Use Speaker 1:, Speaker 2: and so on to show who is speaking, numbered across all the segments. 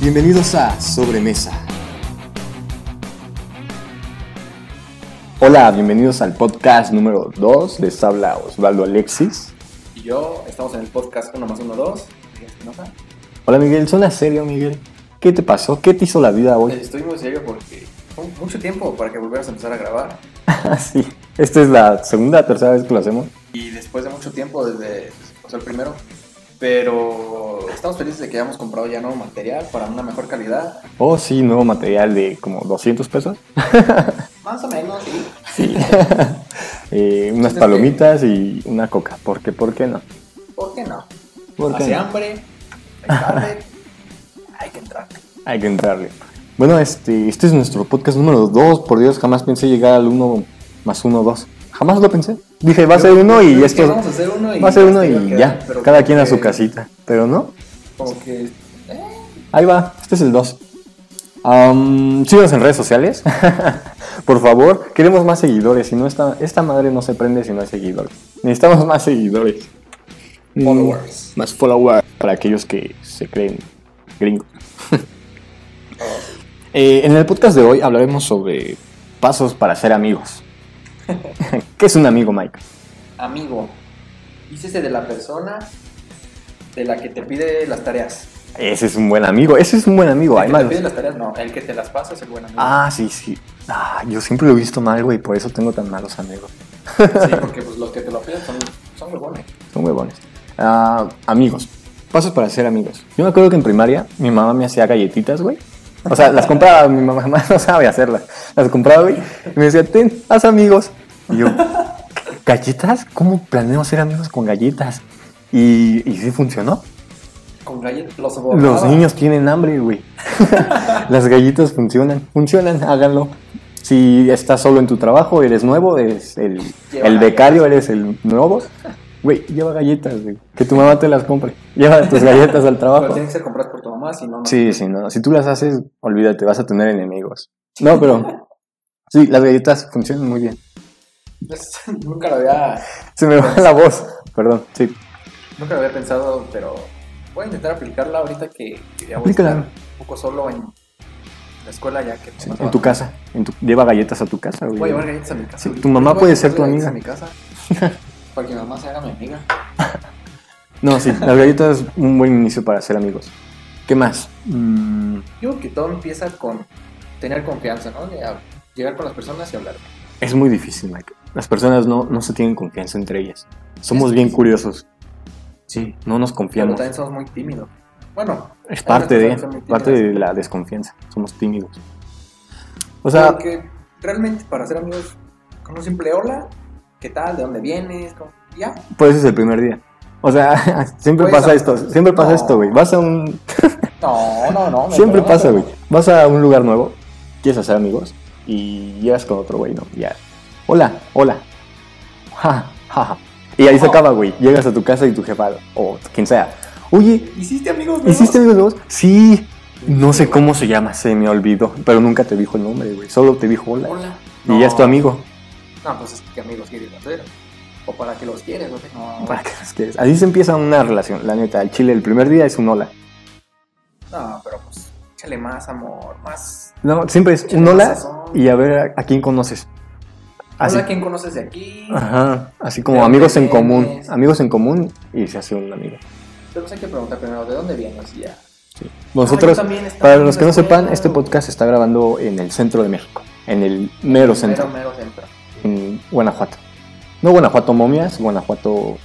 Speaker 1: Bienvenidos a Sobremesa. Hola, bienvenidos al podcast número 2. Les habla Osvaldo Alexis.
Speaker 2: y yo estamos en el podcast 1 más 1, 2. Miguel Espinosa.
Speaker 1: Hola Miguel, suena serio Miguel. ¿Qué te pasó? ¿Qué te hizo la vida hoy?
Speaker 2: Eh, Estoy muy serio porque fue mucho tiempo para que volvieras a empezar a grabar.
Speaker 1: Ah, sí. Esta es la segunda, tercera vez que lo hacemos.
Speaker 2: Y después de mucho tiempo, desde o sea, el primero. Pero estamos felices de que hayamos comprado ya nuevo material para una mejor calidad.
Speaker 1: Oh, sí, nuevo material de como 200 pesos.
Speaker 2: Más o menos, sí.
Speaker 1: Sí. Eh, unas
Speaker 2: Entonces,
Speaker 1: palomitas y una coca. ¿Por qué? ¿Por qué no?
Speaker 2: ¿Por qué no?
Speaker 1: ¿Por
Speaker 2: Hace
Speaker 1: qué no?
Speaker 2: hambre, hay tarde, hay que entrar.
Speaker 1: Hay que entrarle. Bueno, este, este es nuestro podcast número 2. Por Dios, jamás pensé llegar al 1 más 1, 2. Jamás lo pensé. Dije, va a ser
Speaker 2: Yo-
Speaker 1: uno
Speaker 2: yo
Speaker 1: y
Speaker 2: dije,
Speaker 1: esto.
Speaker 2: vamos a hacer uno y
Speaker 1: va a ser
Speaker 2: ya
Speaker 1: uno
Speaker 2: se iba a
Speaker 1: y
Speaker 2: quedar,
Speaker 1: ya.
Speaker 2: pero
Speaker 1: Cada
Speaker 2: como
Speaker 1: quien a su
Speaker 2: que-
Speaker 1: casita. Pero no,
Speaker 2: Como que
Speaker 1: ahí va. Este es el 2. síganos en redes sociales. Por favor, queremos más seguidores. Si no, esta, esta madre no se prende si no hay seguidores. Necesitamos más seguidores. Mm,
Speaker 2: Followers.
Speaker 1: Más followers para aquellos que se creen gringos. Eh, en el podcast de hoy hablaremos sobre pasos para ser amigos. ¿Qué es un amigo, Mike?
Speaker 2: amigo, hícese de la persona de la que te pide las tareas.
Speaker 1: Ese es un buen amigo, ese es un buen amigo.
Speaker 2: El que te
Speaker 1: Además,
Speaker 2: pide las tareas, no, el que te las pasa es el buen amigo.
Speaker 1: ah, sí, sí. Ah, yo siempre lo he visto mal, güey, por eso tengo tan malos amigos.
Speaker 2: Sí, porque pues, los que te lo piden son, son huevones.
Speaker 1: Son huevones. Ah, amigos, pasos para ser amigos. Yo me acuerdo que en primaria mi mamá me hacía galletitas, güey. O sea, las compraba, mi mamá jamás no sabe hacerlas. Las compraba, güey, y me decía, ten, haz amigos. Y yo, ¿galletas? ¿Cómo planeo ser amigos con galletas? Y, y sí funcionó.
Speaker 2: Con galletas, los
Speaker 1: Los
Speaker 2: sobornaba.
Speaker 1: niños tienen hambre, güey. Las galletas funcionan, funcionan, háganlo. Si estás solo en tu trabajo, eres nuevo, eres el,
Speaker 2: Lleva
Speaker 1: el
Speaker 2: galletas.
Speaker 1: becario, eres el nuevo. Güey, lleva galletas, güey. Que tu mamá te las compre. Lleva tus galletas al
Speaker 2: Pero
Speaker 1: trabajo.
Speaker 2: tienen que ser compradas por tu mamá, si no, no.
Speaker 1: Sí, sí, no. Si tú las haces, olvídate, vas a tener enemigos. No, pero. Sí, las galletas funcionan muy bien.
Speaker 2: Es- Pues, nunca, lo había,
Speaker 1: Se me va la voz. Perdón, sí.
Speaker 2: nunca lo había pensado, pero voy a intentar aplicarla ahorita que, que ya voy a
Speaker 1: Aplícala.
Speaker 2: estar un poco solo en la escuela ya que...
Speaker 1: sí, en tu casa. En tu- lleva galletas a tu casa,
Speaker 2: Voy a
Speaker 1: güey.
Speaker 2: llevar galletas a mi casa.
Speaker 1: Sí,
Speaker 2: güey.
Speaker 1: tu mamá
Speaker 2: Voy a
Speaker 1: puede ser
Speaker 2: llevar
Speaker 1: tu
Speaker 2: galletas
Speaker 1: amiga.
Speaker 2: A mi casa, para que mi mamá se haga mi amiga.
Speaker 1: No, sí, las galletas es un buen inicio para ser amigos. ¿Qué más? Mm,
Speaker 2: Yo creo que todo empieza con tener confianza, ¿no? De hab- llegar con las personas y hablar.
Speaker 1: es muy difícil, Mike. Las personas no, no se tienen confianza entre ellas. Somos
Speaker 2: Es
Speaker 1: bien
Speaker 2: difícil.
Speaker 1: curiosos. Sí, no nos
Speaker 2: Pero
Speaker 1: confiamos.
Speaker 2: también somos muy tímidos. Bueno,
Speaker 1: Es parte
Speaker 2: Hay
Speaker 1: de,
Speaker 2: personas que son muy
Speaker 1: parte de
Speaker 2: tímidas.
Speaker 1: la desconfianza. Somos tímidos. O sea,
Speaker 2: porque realmente para ser amigos, con un simple hola, ¿qué tal? ¿De dónde vienes? ¿Cómo- Ya.
Speaker 1: pues es el primer día. O sea, siempre
Speaker 2: Pues,
Speaker 1: pasa esto, siempre pasa
Speaker 2: no.
Speaker 1: esto, güey. Vas a un,
Speaker 2: No, no, no. me
Speaker 1: siempre
Speaker 2: conoces.
Speaker 1: pasa, güey. Vas a un lugar nuevo, quieres hacer amigos y llegas con otro güey, no, ya. Hola, hola. Ja, ja, ja. Y ahí se
Speaker 2: No.
Speaker 1: acaba, güey. Llegas a tu casa y tu jefa o quien sea. Oye,
Speaker 2: ¿Hiciste amigos? nuevos?
Speaker 1: ¿hiciste amigos nuevos? Sí. No sé cómo se llama, se me olvidó, pero nunca te dijo el nombre, güey. Solo te dijo hola.
Speaker 2: Hola.
Speaker 1: Y ya es tu amigo.
Speaker 2: No, pues es que amigos quieres hacer. O para que los quieres, no sé. No,
Speaker 1: ¿Para qué las quieres? Así se empieza una relación, la neta. El chile, el primer día es un hola.
Speaker 2: no, pero pues échale más amor, más.
Speaker 1: No, siempre es un
Speaker 2: Chile,
Speaker 1: hola
Speaker 2: sazón.
Speaker 1: y a ver a, a quién conoces. Así.
Speaker 2: Hola, ¿quién conoces de aquí?
Speaker 1: Ah, Ajá, así
Speaker 2: ¿De
Speaker 1: como
Speaker 2: dónde
Speaker 1: amigos en común,
Speaker 2: vienes?
Speaker 1: amigos en común y se hace un amigo.
Speaker 2: Pero pues hay que preguntar primero, ¿de dónde vienes? Y ya.
Speaker 1: Nosotros,
Speaker 2: Ah, yo también estaba
Speaker 1: para
Speaker 2: en
Speaker 1: los
Speaker 2: una
Speaker 1: que no
Speaker 2: escuela,
Speaker 1: sepan, este
Speaker 2: o-
Speaker 1: podcast se está grabando en el centro de México, en el mero centro,
Speaker 2: Mero, mero centro.
Speaker 1: en Guanajuato. No Guanajuato Momias, Guanajuato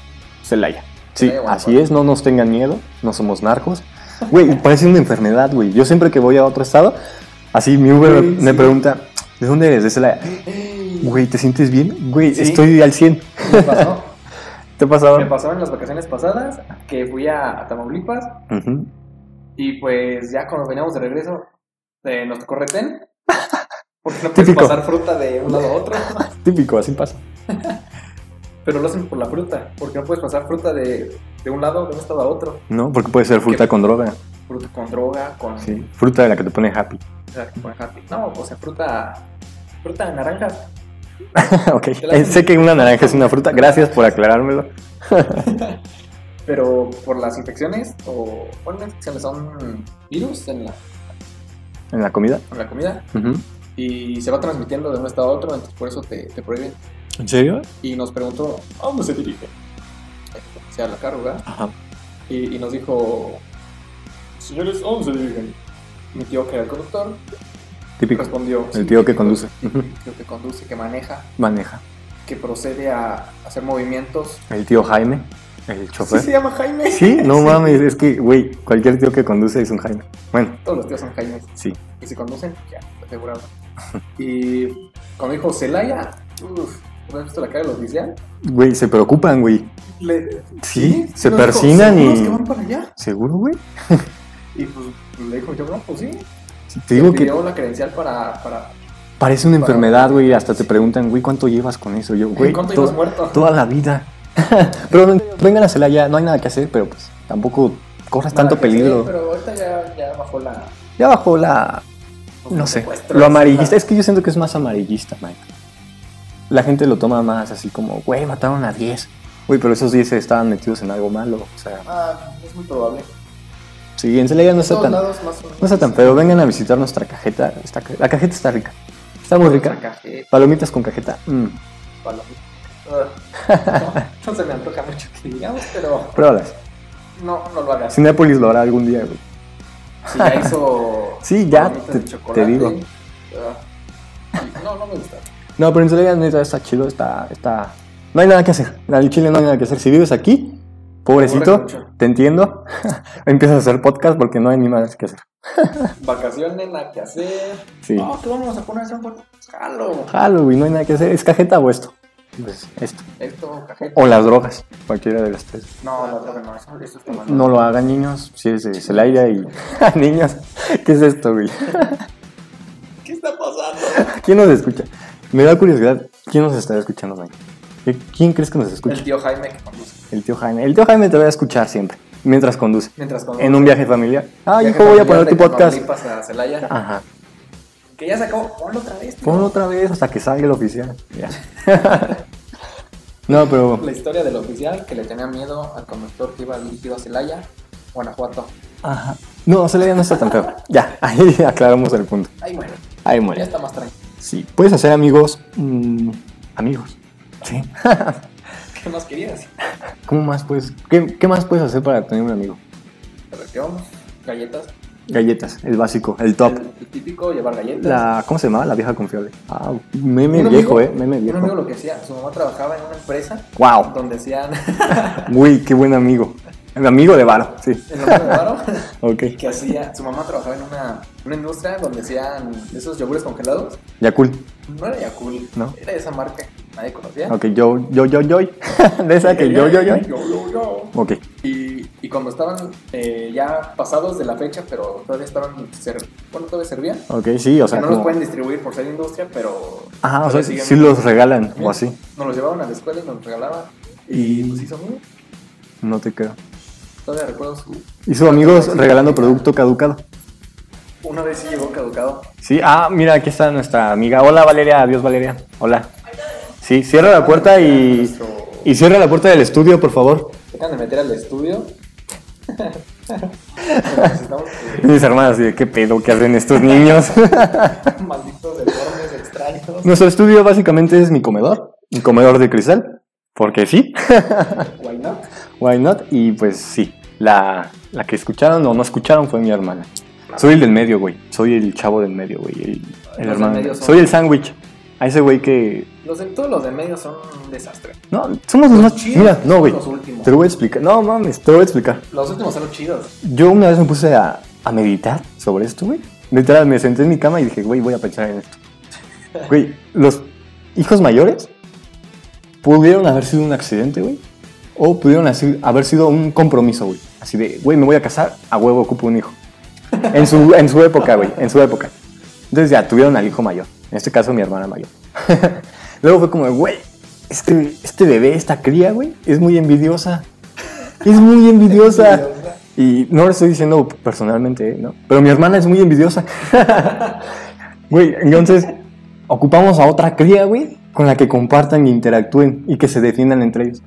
Speaker 1: Celaya. Sí,
Speaker 2: Celaya, Guanajuato.
Speaker 1: así es, no nos tengan miedo, no somos narcos. Güey, parece una enfermedad, güey. Yo siempre que voy a otro estado, así mi Uber
Speaker 2: Güey,
Speaker 1: me
Speaker 2: sí.
Speaker 1: pregunta, ¿de dónde eres? De Celaya. Güey, ¿te sientes bien? Güey,
Speaker 2: Sí.
Speaker 1: estoy al 100.
Speaker 2: Me pasó,
Speaker 1: ¿Te ha pasado?
Speaker 2: me pasó en las vacaciones pasadas que fui a, a Tamaulipas
Speaker 1: Ujú.
Speaker 2: y pues ya cuando veníamos de regreso eh, nos tocó retén porque no puedes
Speaker 1: Típico.
Speaker 2: pasar fruta de un lado a otro,
Speaker 1: Típico, así pasa.
Speaker 2: pero lo hacen por la fruta, porque no puedes pasar fruta de, de un lado de un estado a otro,
Speaker 1: No, porque puede ser fruta
Speaker 2: ¿Qué?
Speaker 1: con droga.
Speaker 2: fruta con droga, con,
Speaker 1: Sí. Fruta de la que te pone happy.
Speaker 2: o sea, con happy. No, o sea, fruta, fruta de naranjas.
Speaker 1: ok.
Speaker 2: la-
Speaker 1: Eh, sé que una naranja es una fruta. Gracias por aclarármelo.
Speaker 2: pero por las infecciones o bueno, infecciones son virus en la,
Speaker 1: en la comida.
Speaker 2: en la comida
Speaker 1: Ujú.
Speaker 2: y se va transmitiendo de un estado a otro, entonces por eso te, te prohíben.
Speaker 1: ¿En serio?
Speaker 2: Y nos preguntó, ¿a dónde se dirige? O sea, la carga.
Speaker 1: Ajá.
Speaker 2: Y, y nos dijo, señores, ¿a dónde se dirigen? Mi tío que era el conductor
Speaker 1: Típico.
Speaker 2: respondió,
Speaker 1: El
Speaker 2: "Sí,
Speaker 1: tío que
Speaker 2: típico,
Speaker 1: conduce.
Speaker 2: típico,
Speaker 1: Ujú.
Speaker 2: El tío que conduce, que maneja,
Speaker 1: Maneja.
Speaker 2: que procede a hacer movimientos.
Speaker 1: El tío Jaime, el
Speaker 2: ¿Sí
Speaker 1: chofer.
Speaker 2: se llama Jaime?
Speaker 1: Sí, no mames, es que, güey, cualquier tío que conduce es un Jaime. Bueno,
Speaker 2: Todos los tíos son Jaimes.
Speaker 1: sí.
Speaker 2: Y si conducen, ya, asegurado. y cuando dijo Celaya, uff, ¿no has visto la cara de los oficial?
Speaker 1: Güey, se preocupan, güey.
Speaker 2: Le-
Speaker 1: Sí, se
Speaker 2: nos dijo,
Speaker 1: persinan y-
Speaker 2: "¿Seguros que van para allá?
Speaker 1: ¿Seguro, güey?
Speaker 2: Y pues le dijo, yo no, pues sí.
Speaker 1: Sí, Te digo que
Speaker 2: pidió la credencial para. para
Speaker 1: parece una
Speaker 2: para-
Speaker 1: enfermedad, güey. Hasta te preguntan, güey, ¿cuánto llevas con eso? Yo, güey,
Speaker 2: ¿Cuánto
Speaker 1: to-
Speaker 2: ibas muerto?
Speaker 1: toda la vida. pero no, en serio, vengan a Celaya, no hay nada que hacer, pero pues tampoco corras
Speaker 2: Nada
Speaker 1: tanto
Speaker 2: que hacer,
Speaker 1: peligro.
Speaker 2: pero ahorita ya, ya bajó la.
Speaker 1: Ya bajó la, no sé, lo amarillista. Es que yo siento que es más amarillista, Mike. La gente lo toma más así como, güey, mataron a 10. Güey, pero esos 10 estaban metidos en algo malo. O sea,
Speaker 2: Ah, es muy probable.
Speaker 1: sí, en Celaya no
Speaker 2: De
Speaker 1: está
Speaker 2: todos
Speaker 1: tan, no
Speaker 2: lados, más o menos.
Speaker 1: está tan feo. Vengan a visitar nuestra cajeta. Está ca- la cajeta está rica. Está muy rica.
Speaker 2: Cajeta,
Speaker 1: Palomitas con cajeta. mm,
Speaker 2: palomita. Ah, No, no se me antoja mucho que digamos, pero
Speaker 1: pruébalas.
Speaker 2: no, no lo hagas.
Speaker 1: Cinépolis lo hará algún día, güey.
Speaker 2: Si ya hizo.
Speaker 1: Sí, ya,
Speaker 2: palomitas de
Speaker 1: te- te
Speaker 2: chocolate,
Speaker 1: digo.
Speaker 2: ah, No, no me gusta.
Speaker 1: No, pero en Celaya neta está chido. Está, está... No hay nada que hacer. En el Chile no hay nada que hacer. Si vives aquí, pobrecito,
Speaker 2: Aburre mucho.
Speaker 1: te entiendo. Empiezas a hacer podcast porque no hay ni más que hacer.
Speaker 2: Vacaciones, nada que hacer.
Speaker 1: Sí.
Speaker 2: No, que vamos a poner un buen jalo.
Speaker 1: Halloween, no hay nada que hacer. ¿Es cajeta o esto? Pues esto.
Speaker 2: Esto, cajeta.
Speaker 1: O las drogas, cualquiera de las tres.
Speaker 2: No, no, no, no, eso, eso está mal.
Speaker 1: No lo hagan, niños, si eres de Celaya y... niños, ¿qué es esto, güey?
Speaker 2: ¿Qué está pasando?
Speaker 1: ¿Quién nos escucha? Me da curiosidad, ¿quién nos estará escuchando, Mike? ¿Qui- ¿Quién crees que nos
Speaker 2: El
Speaker 1: escucha?
Speaker 2: tío Jaime que conduce.
Speaker 1: El tío Jaime. El tío Jaime te va a escuchar siempre, mientras conduce.
Speaker 2: Mientras conduce.
Speaker 1: En un viaje familiar. Ah,
Speaker 2: Viaje
Speaker 1: hijo, voy a
Speaker 2: familiar
Speaker 1: poner
Speaker 2: de
Speaker 1: tu podcast.
Speaker 2: Tamaulipas a Celaya.
Speaker 1: Ajá.
Speaker 2: Que ya se acabó. Ponlo otra vez. tío.
Speaker 1: Ponlo otra vez hasta que salga el oficial. Ya. no, pero...
Speaker 2: La historia del oficial que le tenía miedo al conductor que iba dirigido a Celaya, Guanajuato.
Speaker 1: Ajá. No, Celaya no está tan feo. Ya, ahí aclaramos el punto.
Speaker 2: Ay, bueno.
Speaker 1: Ahí
Speaker 2: Ya
Speaker 1: muere.
Speaker 2: está más tranquilo.
Speaker 1: Sí, puedes hacer amigos. mm, amigos. Sí.
Speaker 2: ¿Qué más querías?
Speaker 1: ¿Cómo más puedes? ¿Qué, qué más puedes hacer para tener un amigo?
Speaker 2: Región, galletas.
Speaker 1: Galletas, el básico, el top.
Speaker 2: El, el típico, llevar galletas.
Speaker 1: La, ¿Cómo se llamaba? La vieja confiable. Ah, meme
Speaker 2: Un amigo-
Speaker 1: viejo, eh. Meme
Speaker 2: Un amigo
Speaker 1: viejo.
Speaker 2: lo que hacía, su mamá trabajaba en una empresa
Speaker 1: Wow.
Speaker 2: donde hacían
Speaker 1: Uy, qué buen amigo. El amigo de Varo, sí.
Speaker 2: el hombre de varo,
Speaker 1: Ok.
Speaker 2: que hacía, su mamá trabajaba en una, una industria donde hacían esos yogures congelados.
Speaker 1: Yakul.
Speaker 2: No era Yakult,
Speaker 1: No.
Speaker 2: era esa marca que nadie conocía.
Speaker 1: Ok, yo, yo, yo, yo. De esa que yo, yo, yo.
Speaker 2: yo, yo.
Speaker 1: Ok.
Speaker 2: Y, y cuando estaban eh, ya pasados de la fecha, pero todavía estaban, ser- bueno, todavía servían.
Speaker 1: Ok, sí, o sea.
Speaker 2: no los
Speaker 1: como-
Speaker 2: pueden distribuir por ser industria, pero...
Speaker 1: Ajá, o
Speaker 2: todavía
Speaker 1: sea,
Speaker 2: siguen-
Speaker 1: sí los regalan o así.
Speaker 2: Nos los llevaban a la escuela y nos los regalaban.
Speaker 1: Y-
Speaker 2: Y pues hizo muy...
Speaker 1: No te creo.
Speaker 2: Todavía recuerdo su...
Speaker 1: Y sus amigos regalando producto caducado.
Speaker 2: Una vez sí llegó caducado.
Speaker 1: Sí, ah, mira, aquí está nuestra amiga. Hola Valeria, adiós Valeria. Hola. Sí, cierra la puerta y, y cierra la puerta del estudio, por favor.
Speaker 2: Dejan de meter al estudio. Necesitamos
Speaker 1: Y mis hermanas, así de, ¿qué pedo que hacen estos niños?
Speaker 2: que malditos deformes extraños.
Speaker 1: Nuestro estudio básicamente es mi comedor, mi comedor de cristal, porque sí,
Speaker 2: Why not?
Speaker 1: why not, y pues sí, la, la que escucharon o no escucharon fue mi hermana. Soy el del medio, güey, soy el chavo del medio, güey, el, el
Speaker 2: del
Speaker 1: hermano.
Speaker 2: medio son-
Speaker 1: Soy el sándwich, a ese güey que
Speaker 2: Los de, todos los de medio son un desastre.
Speaker 1: No, somos los más
Speaker 2: chidos
Speaker 1: Mira, no,
Speaker 2: son
Speaker 1: güey.
Speaker 2: los últimos.
Speaker 1: Te lo voy a explicar. No mames, te lo voy a explicar.
Speaker 2: Los últimos son los chidos.
Speaker 1: Yo una vez me puse a, a meditar sobre esto, güey. Literal, me senté en mi cama y dije, güey, voy a pensar en esto. Güey, los hijos mayores pudieron haber sido un accidente, güey. O pudieron así- haber sido un compromiso, güey. Así de, güey, me voy a casar, a huevo ocupo un hijo. En su, en su época, güey, en su época. Entonces ya tuvieron al hijo mayor. En este caso, mi hermana mayor. Luego fue como, de, güey, este, este bebé, esta cría, güey, es muy envidiosa. Es muy envidiosa.
Speaker 2: Envidiosa.
Speaker 1: Y no lo estoy diciendo personalmente, ¿eh? ¿no? Pero mi hermana es muy envidiosa. Güey, entonces ocupamos a otra cría, güey, con la que
Speaker 2: Ah,
Speaker 1: compartan e interactúen y que se defiendan entre ellos.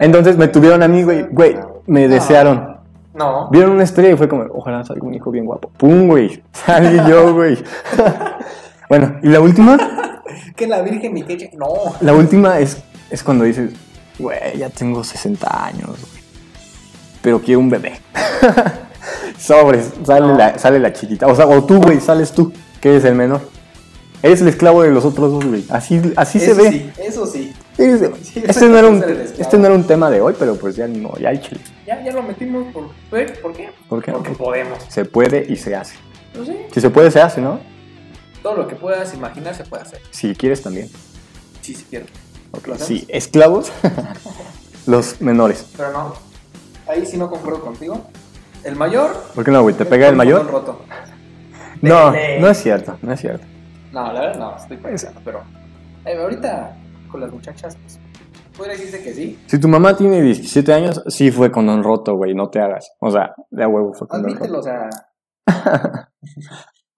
Speaker 1: Entonces me tuvieron a mí, güey, güey, me desearon.
Speaker 2: No.
Speaker 1: Vieron una estrella y fue como, ojalá salga un hijo bien guapo. ¡Pum, güey! Salí yo, güey. bueno, y la última,
Speaker 2: Que la Virgen mi queche. No.
Speaker 1: la última es, es cuando dices, güey, ya tengo 60 años, güey. Pero quiero un bebé. Sobres, sale,
Speaker 2: No.
Speaker 1: la, sale la chiquita. O sea, o tú, güey, sales tú, que eres el menor. Eres el esclavo de los otros dos, güey. Así, así se
Speaker 2: eso
Speaker 1: ve.
Speaker 2: sí, eso sí.
Speaker 1: Eres-
Speaker 2: Sí,
Speaker 1: este, no era un,
Speaker 2: eres el esclavo.
Speaker 1: este no era un tema de hoy, pero pues ya no, ya hay chile.
Speaker 2: Ya, ya lo metimos por. ¿eh? ¿Por qué?
Speaker 1: ¿Por qué?
Speaker 2: Porque podemos.
Speaker 1: Se puede y se hace.
Speaker 2: No sé.
Speaker 1: Si se puede, se hace, ¿no?
Speaker 2: Todo lo que puedas imaginar se puede hacer.
Speaker 1: Si quieres también.
Speaker 2: Sí, sí quiero.
Speaker 1: Ok,
Speaker 2: ¿Lo hacemos?
Speaker 1: Sí, esclavos, los menores.
Speaker 2: Pero no. Ahí sí no concuerdo contigo. El mayor.
Speaker 1: ¿Por qué no, güey? ¿Te pega
Speaker 2: con
Speaker 1: el mayor?
Speaker 2: botón roto.
Speaker 1: No,
Speaker 2: Dele.
Speaker 1: no es cierto, no es cierto.
Speaker 2: No, la verdad no, estoy pensando, pero eh, ahorita con las muchachas, pues, podría decirse que sí.
Speaker 1: Si tu mamá tiene 17 años, sí fue con un roto, güey, no te hagas. O sea, de a huevo fue con un roto.
Speaker 2: Admítelo, o sea.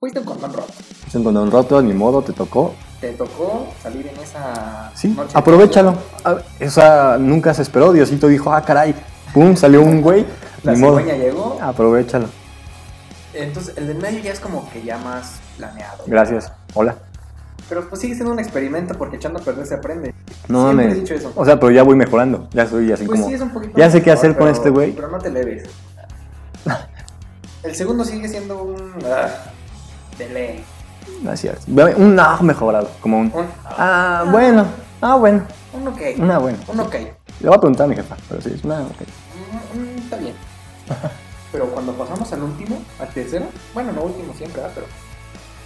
Speaker 2: Fuiste un condón roto.
Speaker 1: Fue con un roto, ni modo, te tocó.
Speaker 2: Te tocó salir en esa.
Speaker 1: Sí,
Speaker 2: noche.
Speaker 1: aprovechalo. A ver, O sea, nunca se esperó, Diosito dijo, ah, caray, pum, salió un güey,
Speaker 2: La
Speaker 1: ni modo. Ah.
Speaker 2: cigüeña llegó.
Speaker 1: Aprovechalo.
Speaker 2: Entonces, el del medio ya es como que ya más planeado.
Speaker 1: Gracias. Hola.
Speaker 2: Pero pues sigue siendo un experimento porque echando a perder se aprende.
Speaker 1: No
Speaker 2: Siempre
Speaker 1: mames.
Speaker 2: he dicho eso.
Speaker 1: O sea, pero ya voy mejorando. Ya soy así
Speaker 2: Pues
Speaker 1: como.
Speaker 2: sí, es un poquito
Speaker 1: ya sé
Speaker 2: mejor,
Speaker 1: qué hacer con
Speaker 2: pero-
Speaker 1: este güey.
Speaker 2: Pero no te leves. El segundo sigue siendo un. ah, de ley.
Speaker 1: No es cierto. Ve- Un ah mejorado. Como un.
Speaker 2: Un,
Speaker 1: Ah, bueno. Ah, bueno.
Speaker 2: un ok.
Speaker 1: Una buena.
Speaker 2: Un ok.
Speaker 1: Le voy a preguntar a mi jefa. Pero sí, es una. ok.
Speaker 2: Mm, mm, está bien. Pero cuando pasamos al último, al tercero, bueno, no último siempre, ¿verdad? Pero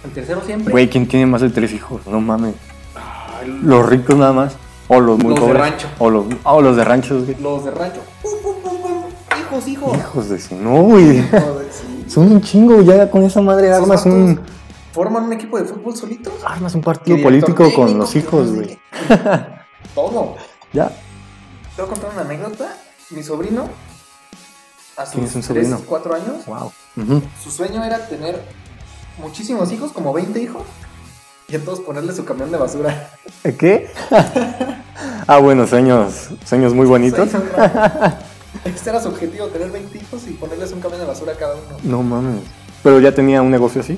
Speaker 2: el tercero siempre.
Speaker 1: Güey, ¿quién tiene más de tres hijos? No mames.
Speaker 2: Ah,
Speaker 1: Los ricos nada más. O los muy
Speaker 2: Los de
Speaker 1: pobres.
Speaker 2: rancho.
Speaker 1: O los, ah, o los de ranchos, güey.
Speaker 2: Los de rancho. Pum, pum, pum, pum. Hijos, hijos.
Speaker 1: Hijos de su. No, güey.
Speaker 2: Hijos de- sí.
Speaker 1: Son un chingo. Ya con esa madre
Speaker 2: Esos
Speaker 1: armas
Speaker 2: vatos
Speaker 1: un.
Speaker 2: Forman un equipo de fútbol solitos.
Speaker 1: Armas un partido
Speaker 2: Y director
Speaker 1: político con
Speaker 2: técnico,
Speaker 1: los
Speaker 2: que no
Speaker 1: hijos,
Speaker 2: sé
Speaker 1: güey.
Speaker 2: qué. Todo.
Speaker 1: Ya.
Speaker 2: Te voy a contar una anécdota. Mi sobrino, a sus
Speaker 1: ¿Tienes un
Speaker 2: 3,
Speaker 1: sobrino?
Speaker 2: 4 años,
Speaker 1: Wow. Ujú.
Speaker 2: su sueño era tener muchísimos hijos, como 20 hijos, y a todos ponerle su camión de basura.
Speaker 1: ¿Eh, ¿Qué? ah, bueno, sueños, sueños muy bonitos.
Speaker 2: Sueño raro. Este era su objetivo, tener 20 hijos y ponerles un camión de basura a cada uno.
Speaker 1: No mames. Pero ya tenía un negocio así.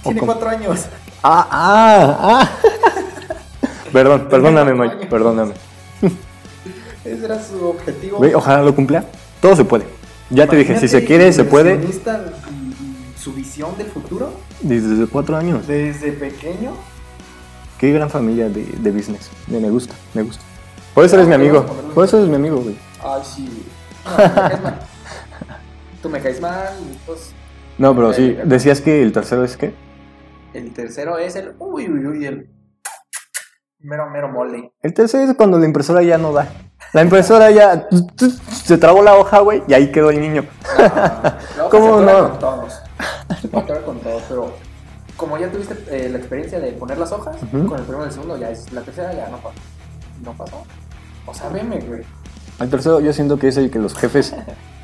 Speaker 1: ¿O
Speaker 2: Tiene
Speaker 1: cómo?
Speaker 2: 4 años.
Speaker 1: Ah, ah, ah. Perdón, perdóname, Mike, perdóname.
Speaker 2: Ese era su objetivo.
Speaker 1: Güey, ojalá lo cumpla. Todo se puede. Ya te dije, si se
Speaker 2: Imagínate,
Speaker 1: quiere, se puede.
Speaker 2: inversionista y- y Su visión del futuro
Speaker 1: Desde cuatro años.
Speaker 2: desde pequeño.
Speaker 1: Qué gran familia de, de business. Me me gusta, me gusta. Por eso eres mi amigo. Por eso eres mi amigo, güey.
Speaker 2: Ay, sí. No, tú me caes mal. Tú me caes mal. y, Pues,
Speaker 1: No, pero sí, decías que el tercero es que
Speaker 2: el tercero es el. Uy, uy, uy. El mero, mero mole.
Speaker 1: El tercero es cuando la impresora ya no da. La impresora ya tu, tu, se trabó la hoja, güey, y ahí quedó el niño.
Speaker 2: No,
Speaker 1: ¿Cómo
Speaker 2: se atora
Speaker 1: no?
Speaker 2: Con todos. Se atora con todos, pero. Como ya tuviste eh, la experiencia de poner las hojas,
Speaker 1: Ujú.
Speaker 2: con el primero y el segundo, ya es la tercera, ya no pasó. No pasó. O sea, veme, güey.
Speaker 1: Al tercero yo siento que es el que los jefes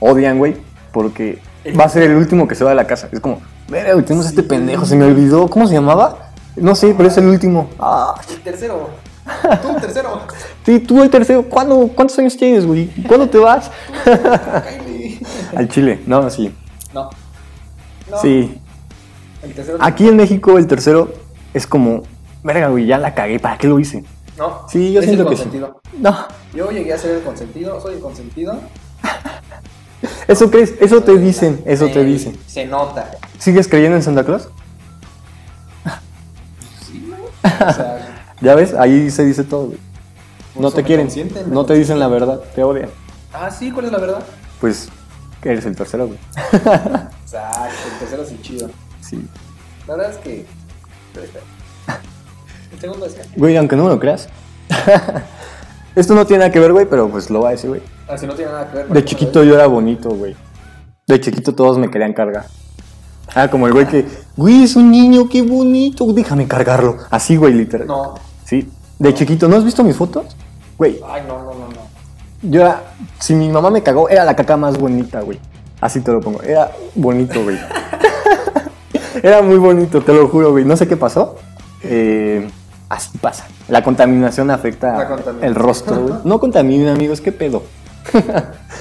Speaker 1: odian, güey, porque
Speaker 2: El-
Speaker 1: va a ser el último que se va de la casa. Es como, mira, güey, tenemos este
Speaker 2: Sí.
Speaker 1: pendejo, se me olvidó, ¿cómo se llamaba? No sé, pero es el último. Ah,
Speaker 2: El tercero. Tú, el tercero.
Speaker 1: sí, tú el tercero, ¿cuándo, ¿cuántos años tienes, güey? ¿Cuándo te vas?
Speaker 2: Cállate.
Speaker 1: Al Chile, no, sí.
Speaker 2: No. No.
Speaker 1: Sí,
Speaker 2: El tercero.
Speaker 1: aquí en México el tercero es como, verga, güey, ya la cagué, ¿para qué lo hice?
Speaker 2: No.
Speaker 1: Sí, yo
Speaker 2: es
Speaker 1: siento
Speaker 2: el
Speaker 1: que sí.
Speaker 2: consentido.
Speaker 1: No,
Speaker 2: Yo llegué a ser el consentido, soy el consentido.
Speaker 1: eso crees, eso te dicen, eso te
Speaker 2: Eh,
Speaker 1: dicen.
Speaker 2: Se nota.
Speaker 1: ¿Sigues creyendo en Santa Claus?
Speaker 2: O sea,
Speaker 1: Ya ves, ahí se dice todo, güey. No
Speaker 2: Pues,
Speaker 1: te
Speaker 2: me
Speaker 1: quieren,
Speaker 2: consienten, me
Speaker 1: no te dicen la verdad, te odian.
Speaker 2: ah, sí, ¿cuál es la verdad?
Speaker 1: Pues que eres el tercero, güey.
Speaker 2: Exacto, el tercero sí chido.
Speaker 1: Sí.
Speaker 2: La verdad es que. pero espera. El segundo es que.
Speaker 1: Güey, aunque no me lo creas. Esto no tiene nada que ver, güey, pero pues lo va a decir, güey.
Speaker 2: Ah, si no tiene nada que ver. ¿por qué
Speaker 1: De
Speaker 2: me lo
Speaker 1: chiquito
Speaker 2: dices?
Speaker 1: yo era bonito, güey. De chiquito todos me querían cargar. Ah, como el güey que, güey, es un niño, qué bonito, déjame cargarlo. Así, güey, literal.
Speaker 2: No.
Speaker 1: Sí. De chiquito, ¿no has visto mis fotos? Güey,
Speaker 2: Ay, no, no, no, no.
Speaker 1: Yo era, si mi mamá me cagó, era la caca más bonita, güey. Así te lo pongo. Era bonito, güey. era muy bonito, te lo juro, güey. No sé qué pasó. Eh, así pasa. La contaminación afecta
Speaker 2: La contaminación.
Speaker 1: el rostro, güey. No contaminen, amigos, qué pedo.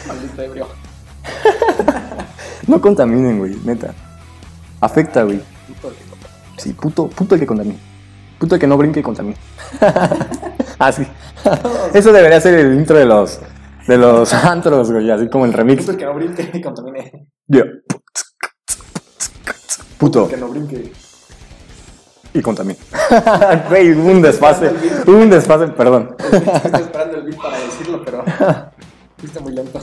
Speaker 2: Maldito ebrio.
Speaker 1: No contaminen, güey, neta. Afecta, güey.
Speaker 2: Puto el que compra.
Speaker 1: Sí, puto, puto el que contamine. Puto el que no brinque y contamine. así. Eso debería ser el intro de los, de los antros, güey, así como el remix.
Speaker 2: Puto el que no brinque y contamine.
Speaker 1: Yo. Puto
Speaker 2: Que no brinque.
Speaker 1: y contamine. Güey, hubo un desfase. Hubo un desfase, perdón.
Speaker 2: Estoy esperando el beat para decirlo, pero. Fuiste muy lento.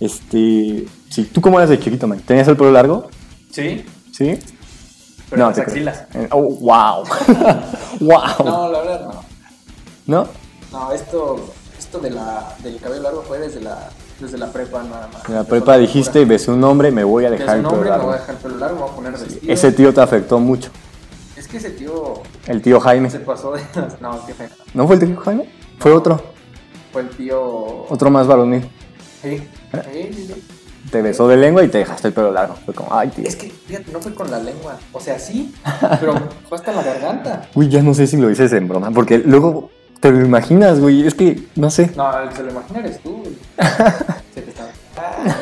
Speaker 1: Este. Sí, ¿tú cómo eras de chiquito, man? ¿Tenías el pelo largo?
Speaker 2: Sí,
Speaker 1: ¿Sí?
Speaker 2: pero no, las
Speaker 1: te creo.
Speaker 2: axilas.
Speaker 1: Eh, Oh, wow. wow.
Speaker 2: No, la verdad no.
Speaker 1: ¿No?
Speaker 2: No, esto, esto de la, del cabello largo fue desde la, desde la prepa nada más.
Speaker 1: En la prepa dijiste, besé un hombre, me voy a
Speaker 2: que es
Speaker 1: dejar el
Speaker 2: un
Speaker 1: pelo
Speaker 2: hombre, me voy a
Speaker 1: largo.
Speaker 2: dejar el pelo largo, me voy a poner vestido.
Speaker 1: Ese tío te afectó mucho.
Speaker 2: Es que ese tío
Speaker 1: El tío Jaime.
Speaker 2: se pasó de... No, qué feo.
Speaker 1: ¿No fue el tío Jaime? Fue otro.
Speaker 2: Fue el tío...
Speaker 1: Otro más varonil.
Speaker 2: Sí,
Speaker 1: Ah.
Speaker 2: sí, sí, sí.
Speaker 1: Te besó de lengua y te dejaste el pelo largo. Fue como, ay, tío.
Speaker 2: Es que, fíjate, no fue con la lengua. O sea, sí, pero fue hasta la garganta.
Speaker 1: Uy, ya no sé si lo dices en broma, porque luego te lo imaginas, güey. Es que, no sé.
Speaker 2: No, el que se lo imagina eres tú. güey. Se te está...